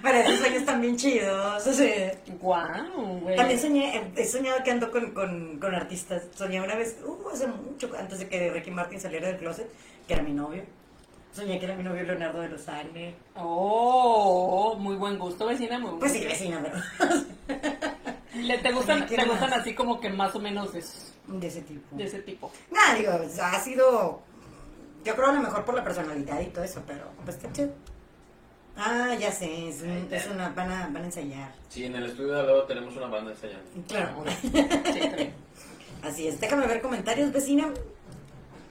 Pero esos sueños están bien chidos. o sea.
Guau, güey.
También soñé, he- he soñado que ando con, con, con artistas. Soñé una vez, uh, hace mucho, antes de que Ricky Martin saliera del closet, que era mi novio. Soñé que era mi novio Leonardo de los Ángeles.
Oh, muy buen gusto, vecina. Muy buen
Pues sí,
gusto.
vecina, pero
Le, te gustan,
Me
te
quiero
gustan
más.
así como que más o menos de,
de ese tipo.
de ese tipo.
Nada, digo, ha sido, yo creo a lo mejor por la personalidad y todo eso, pero pues está chido. Ah, ya sé, es, un- es una, van a, van a ensayar.
Sí, en el estudio de al lado tenemos una banda ensayando.
Claro.
Sí, creo.
Así es, déjame ver comentarios, vecina.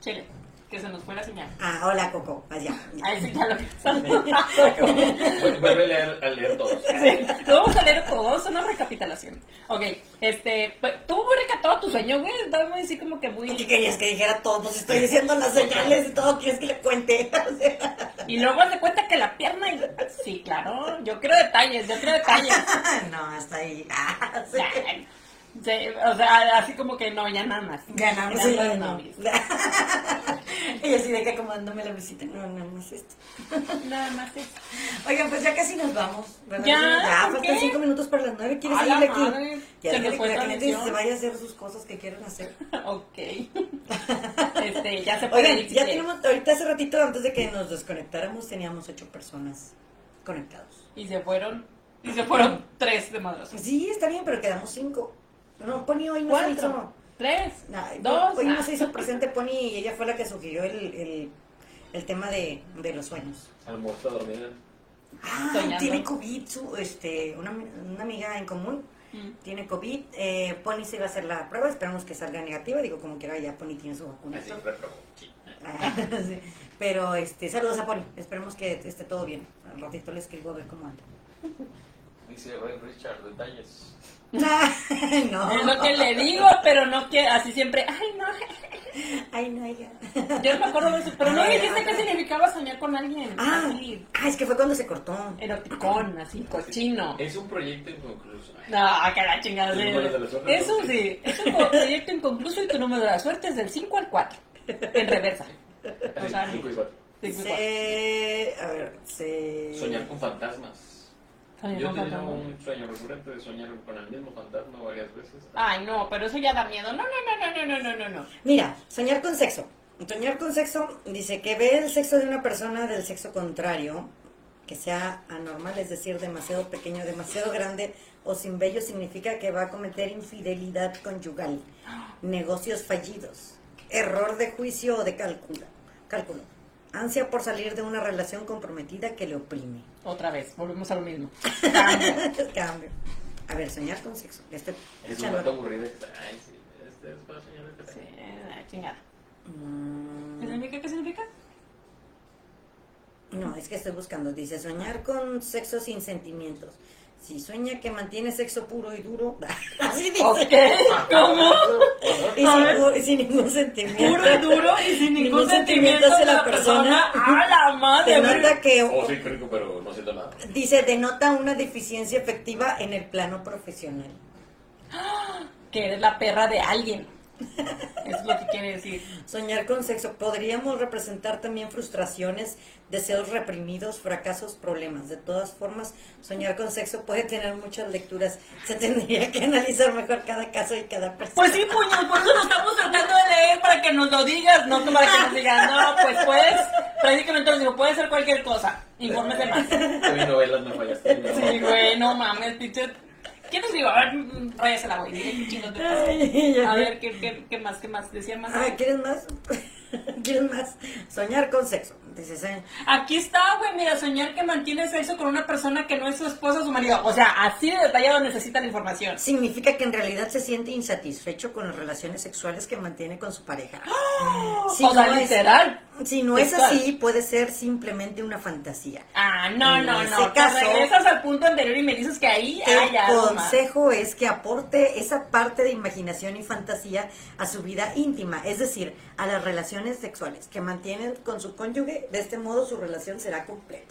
Chile, que se nos fue la señal.
Ah, hola, Coco, allá.
Ahí sí, ya lo
Vu- Vuelve a leer, a leer todos.
Sí, lo vamos a leer todos, una recapitulación. Ok, este, pues, tú muy recatado tu sueño, güey, estaba muy así como que
¿Qué
muy...
querías que dijera todos? Estoy diciendo las señales y todo, ¿quieres que le cuente? O sea,
Y luego se cuenta que la pierna... y- Sí, claro, yo quiero detalles, yo quiero detalles.
no, hasta ahí. Ah, sí.
Ya, sí, o sea, así como que no, ya nada más.
Ganamos
Eran
el
los
año.
novios.
Y así de que acomodándome la visita, no, no, no es esto.
Nada más eso.
Oigan, pues ya casi nos vamos. ¿verdad?
Ya,
ya
¿por
faltan
qué?
cinco minutos para las nueve. ¿Quieres
A la
seguir aquí?
madre,
Ya
se me
déjale
fue
que la
la
gente
visión.
se vaya a hacer sus cosas que quieren hacer.
Ok. Este, ya se puede
Oigan,
ir, si
ya
quieres.
tenemos, ahorita hace ratito, antes de que nos desconectáramos, teníamos ocho personas conectados. Pues
Y se fueron, y se fueron tres de madrazos.
Sí, está bien, pero quedamos cinco. No, Pony hoy no se
Cuatro.
hizo.
tres,
Ay,
dos.
Hoy no se hizo presente Pony y ella fue la que sugirió el, el, el tema de, de los sueños.
Almuerzo a dormir.
Ah,
Soñando.
tiene COVID, su, este, una, una amiga en común
Mm.
tiene COVID. Eh, Pony se iba a hacer la prueba, esperamos que salga negativa. Digo, como quiera, ya Pony tiene su vacuna.
Así, reprobó. Sí.
Ah, sí. Pero este, saludos a Pony, esperemos que esté todo bien. Al ratito le escribo a ver cómo anda.
Dice Ray Richard, detalles.
Es lo
no,
que le digo, pero no que así siempre, ay no,
ay, no, ya.
yo no me acuerdo de eso, pero no dijiste qué significaba soñar con alguien,
Ah,
así,
ah, es que fue cuando se cortó.
eroticón, así, cochino.
Es un proyecto inconcluso.
No, que la chingada.
¿Tu número de la suerte?
Eso sí, es un proyecto inconcluso y tu número de la suerte es del 5 al 4, en reversa. O sea,
Cinco y cuatro.
cinco y cuatro.
Se. A ver, se.
Soñar con fantasmas.
Soñar
Yo
con
tenía
fantasmas.
un sueño recurrente de soñar con el mismo fantasma varias veces.
Ay, no, pero eso ya da miedo. No, no, no, no, no, no, no, no.
Mira, soñar con sexo. Soñar con sexo dice que ve el sexo de una persona del sexo contrario, que sea anormal, es decir, demasiado pequeño, demasiado grande o sin vello, significa que va a cometer infidelidad conyugal, negocios fallidos, error de juicio o de cálculo, cálculo, ansia por salir de una relación comprometida que le oprime.
Otra vez, volvemos a lo mismo.
Cambio. A ver, soñar con sexo. Este,
Es un rato aburrido. Ay, sí, este es para soñar este.
Sí, la chingada.
Mm.
¿Qué significa? ¿Qué significa?
No, es que estoy buscando. Dice, soñar con sexo sin sentimientos. Si sueña que mantiene sexo puro y duro, así dice.
Ok, ¿cómo?
Y sin, pu- sin ningún sentimiento.
Puro y duro y sin ningún,
Ningún
sentimiento
sentimiento
de
hacia
la
la
persona. ¡A la madre!
Se nota que,
Oh, sí, rico, pero no siento nada.
dice, denota una deficiencia efectiva en el plano profesional.
Que eres la perra de alguien. Eso es lo que quiere decir.
Soñar con sexo podríamos representar también frustraciones, deseos reprimidos, fracasos, problemas. De todas formas, soñar con sexo puede tener muchas lecturas. Se tendría que analizar mejor cada caso y cada persona.
Pues sí, puños, por eso lo estamos tratando de leer para que nos lo digas, no para que nos digas, no, pues puedes, prácticamente nos digo, puede ser cualquier cosa. Infórmese más.
Hay novelas, no fallaste. no.
Sí, güey, no mames, pinche. ¿Qué nos digo? A ver, mm, váyasela, güey. dile qué chingos te pasa.
Ay, ya
A
sé.
ver, ¿qué, qué, qué más? ¿Qué más? Decía más.
Ah, ¿quieres más? ¿Quieres más? Soñar con sexo. Dices, eh,
Aquí está, güey, mira, soñar que mantiene sexo con una persona que no es su esposa o su marido. O sea, así de detallado necesita la información.
significa que en realidad se siente insatisfecho con las relaciones sexuales que mantiene con su pareja.
¡Ah!
Mm,
o sea,
es-
literal.
si no es
Sexual.
así, puede ser simplemente una fantasía.
Ah, no,
En
no,
ese
no. Te
caso-
regresas al punto anterior y me dices que ahí hay
El
algo más.
consejo es que aporte esa parte de imaginación y fantasía a su vida íntima, es decir, a las relaciones sexuales que mantienen con su cónyuge. De este modo, su relación será completa.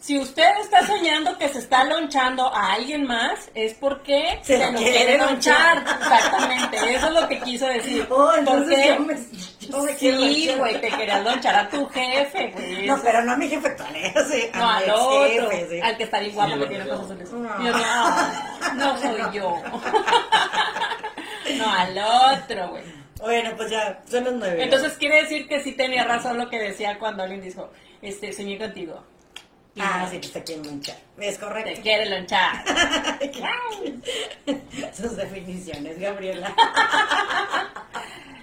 Si usted está soñando que se está lonchando a alguien más, es porque
Se
se,
lo
lo
quiere
quiere,
lonchar.
lonchar. Exactamente, eso es lo que quiso decir.
Oh, entonces
Porque-
yo me, yo me quiero
Sí,
lanzar.
güey, te querías lonchar a tu jefe, güey.
No, pero no a mi jefe actual, ¿eh? Sí,
No,
mi
al otro,
exjefe, sí.
al que está bien guapo,
Sí,
que
lo
tiene
que
ojos
sea.
azules.
No.
Yo no, ah, no soy yo. No, al otro, güey.
Bueno, pues ya, son las nueve.
Entonces quiere decir que sí tenía razón lo que decía cuando alguien dijo, este, soñé contigo. Y
Ah,
no,
sí, que te quieren manchar. Es
Te
correcto.
quiere lonchar.
Sus definiciones, Gabriela.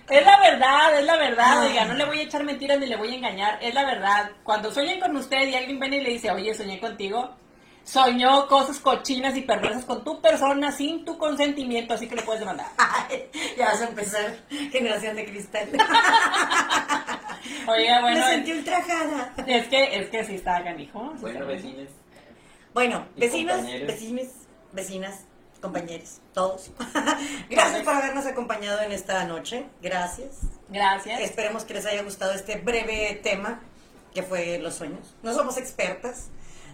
Es la verdad, es la verdad,
Ay.
oiga, no le voy a echar mentiras ni le voy a engañar, es la verdad. Cuando sueñen con usted y alguien viene y le dice, oye, soñé contigo, soñó cosas cochinas y perversas con tu persona sin tu consentimiento, así que le puedes demandar.
Ay, ya vas a empezar. Generación de cristal.
Oiga, Ah, bueno,
Me sentí
es,
ultrajada.
es que, es que sí está canijo. sí está
Bueno,
pues
canijo.
vecines.
Bueno,
Y
vecinos,
compañeros.
vecinos, vecinas, compañeros, todos. Gracias por habernos acompañado en esta noche. Gracias.
Gracias.
Esperemos que les haya gustado este breve tema que fue los sueños. No somos expertas,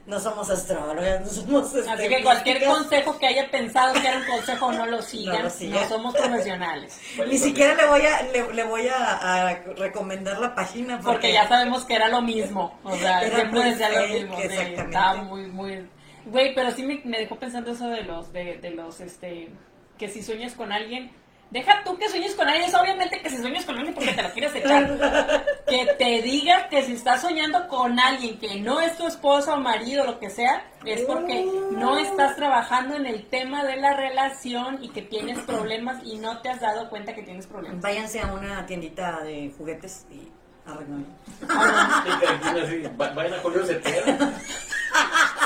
no somos astrólogas, no somos.
Así
este,
que cualquier
místicas.
consejo que haya pensado que era un consejo, no lo sigan,
No
no,
lo sigan.
somos profesionales.
Ni
pues,
siquiera le voy a, le, le voy a, a recomendar la página
Porque ya sabemos que era lo mismo. O sea,
Era
siempre
muy
decía lo
fake,
mismo. sí,
exactamente.
estaba muy, muy. Güey, pero sí me, me dejó pensando eso de los, de, de los, este. Que si sueñas con alguien, Deja tú que sueñes con alguien, es obviamente que si sueñas con alguien porque te lo quieres echar. que te diga que si estás soñando con alguien que no es tu esposa o marido, lo que sea, es porque no estás trabajando en el tema de la relación y que tienes problemas y no te has dado cuenta que tienes problemas.
Váyanse a una tiendita de juguetes y arreglan.
Y te dicen así, va- vayan a Julio Cepeda.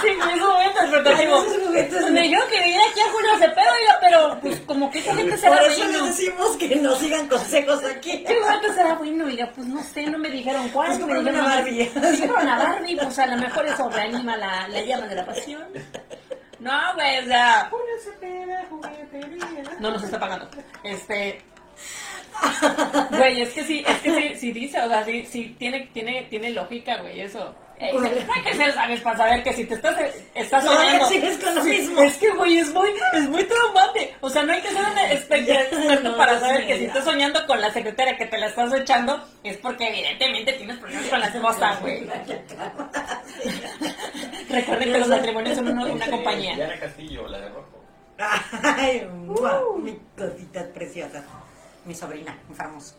Sí, me hizo momentos, pero te digo,
Esos juguetes,
me dijeron que viniera aquí a Julio Cepeda, oiga, pero pues como que esa gente se va
Por
a
eso les decimos que no sigan consejos
¿Qué
aquí.
que será bueno? Diga, pues no sé, no me dijeron cuál.
Pues
no me
compren
dijeron
una
más.
Barbie.
Sí, compren una Barbie, pues a lo mejor eso reanima la, la llama de la pasión. No, güey, o sea, no nos está pagando. Este. Güey, es que sí, es que sí, sí dice, o sea, sí, sí tiene, tiene, tiene lógica, güey, eso. Eh, hay que ser sabios para saber que si te estás, estás
No,
soñando.
sigues con lo
Sí,
mismo.
Es que, güey, es muy, es muy traumante. O sea, no hay que ser un experto
no,
para
Dios
saber
mío,
que si
ya.
estás soñando con la secretaria que te la estás echando, es porque evidentemente tienes problemas con la esposa, güey. Recuerden que los matrimonios son uno- una
Eh,
compañía.
Diana Castillo, la de rojo.
Ay, mua,
Uh.
mi cosita preciosa. Mi sobrina, mi famoso.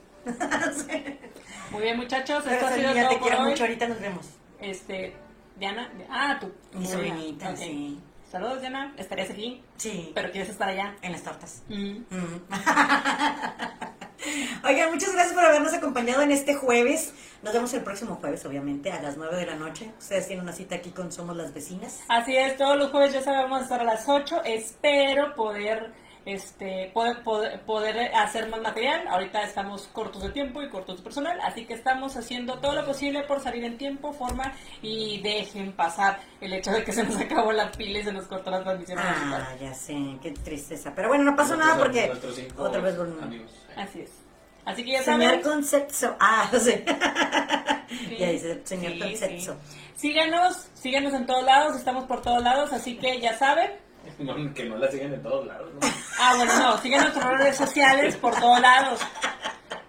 Muy bien, muchachos, esto
Pero
ha sido
Solina,
todo
te
por
quiero
hoy.
mucho. Ahorita nos vemos.
Este, Diana, ah, tú.
Mi
Diana,
sobrinita,
ok.
sí.
Saludos, Diana. Estarías aquí,
Sí.
pero quieres estar allá.
En las tortas.
Mm.
Mm. Oigan, muchas gracias por habernos acompañado en este jueves. Nos vemos el próximo jueves, obviamente, a las 9 de la noche. Ustedes tienen una cita aquí con Somos las Vecinas.
Así es, todos los jueves ya sabemos estar a las 8. Espero poder este poder, poder, poder hacer más material. Ahorita estamos cortos de tiempo y cortos de personal, así que estamos haciendo todo lo posible por salir en tiempo, forma y dejen pasar el hecho de que se nos acabó la pila y se nos cortó la transmisión.
Ah, ya sé, qué tristeza. Pero bueno, no pasó
Nuestros
nada
am-
porque
nuestros cinco
otra vez volvimos.
amigos.
Así es. Así que ya saben.
Señor Concepto. Ah, sí.
Sí,
Ya dice el señor
sí,
Concepto.
sí. Síganos, síganos en todos lados, estamos por todos lados, así que ya saben.
No, que no la siguen en todos lados, ¿no?
Ah, bueno, no, sigan nuestras redes sociales por todos lados.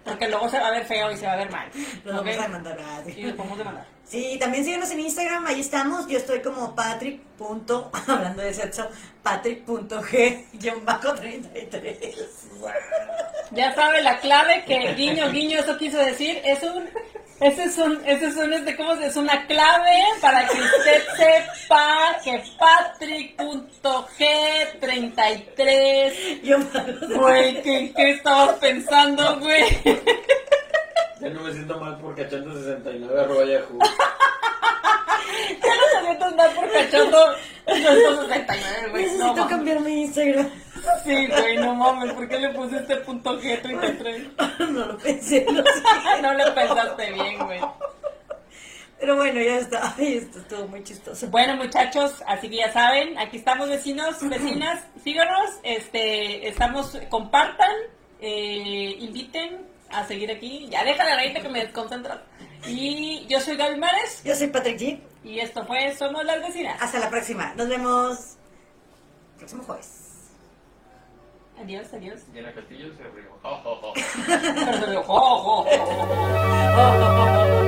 Porque luego se va a ver feo y se va a ver mal.
Lo
¿ok?
vamos a demandar. Ah,
Y
sí.
nos podemos demandar.
Sí, también síguenos en Instagram, ahí estamos. Yo estoy como Patrick. punto- hablando de sexo, Patrick.g-33.
Ya sabe la clave que guiño, guiño, eso quiso decir. Es un. Ese es un. Ese es un. Este, ¿Cómo se Es una clave para que usted sepa que Patrick.g33.
Guión bajo
Güey, ¿qué, ¿qué estabas pensando, güey?
Ya no me siento mal por cachando 69 arroba Yahoo.
Ya no te sientas mal por cachondo. 269, güey. Pues, No,
Necesito
mames.
cambiar mi Instagram.
Sí, güey, no mames, ¿por qué le pusiste punto G33?
No lo pensé. no sé.
No le pensaste bien, güey.
Pero bueno, ya está. Ay, esto estuvo muy chistoso.
Bueno, muchachos, así que ya saben, aquí estamos vecinos, vecinas, síganos, este, estamos, compartan, eh, inviten a seguir aquí. Ya deja la reita que me desconcentro. Y yo soy Gaby Mares
Yo soy Patrick G.
y esto fue Somos las Vecinas.
Hasta la próxima. Nos vemos próximo jueves.
Adiós, adiós.
Diana Castillo se rió. Jo, jo, jo.
Pero se me- ¡Oh, oh, oh, oh, oh!
Oh, oh, oh, oh.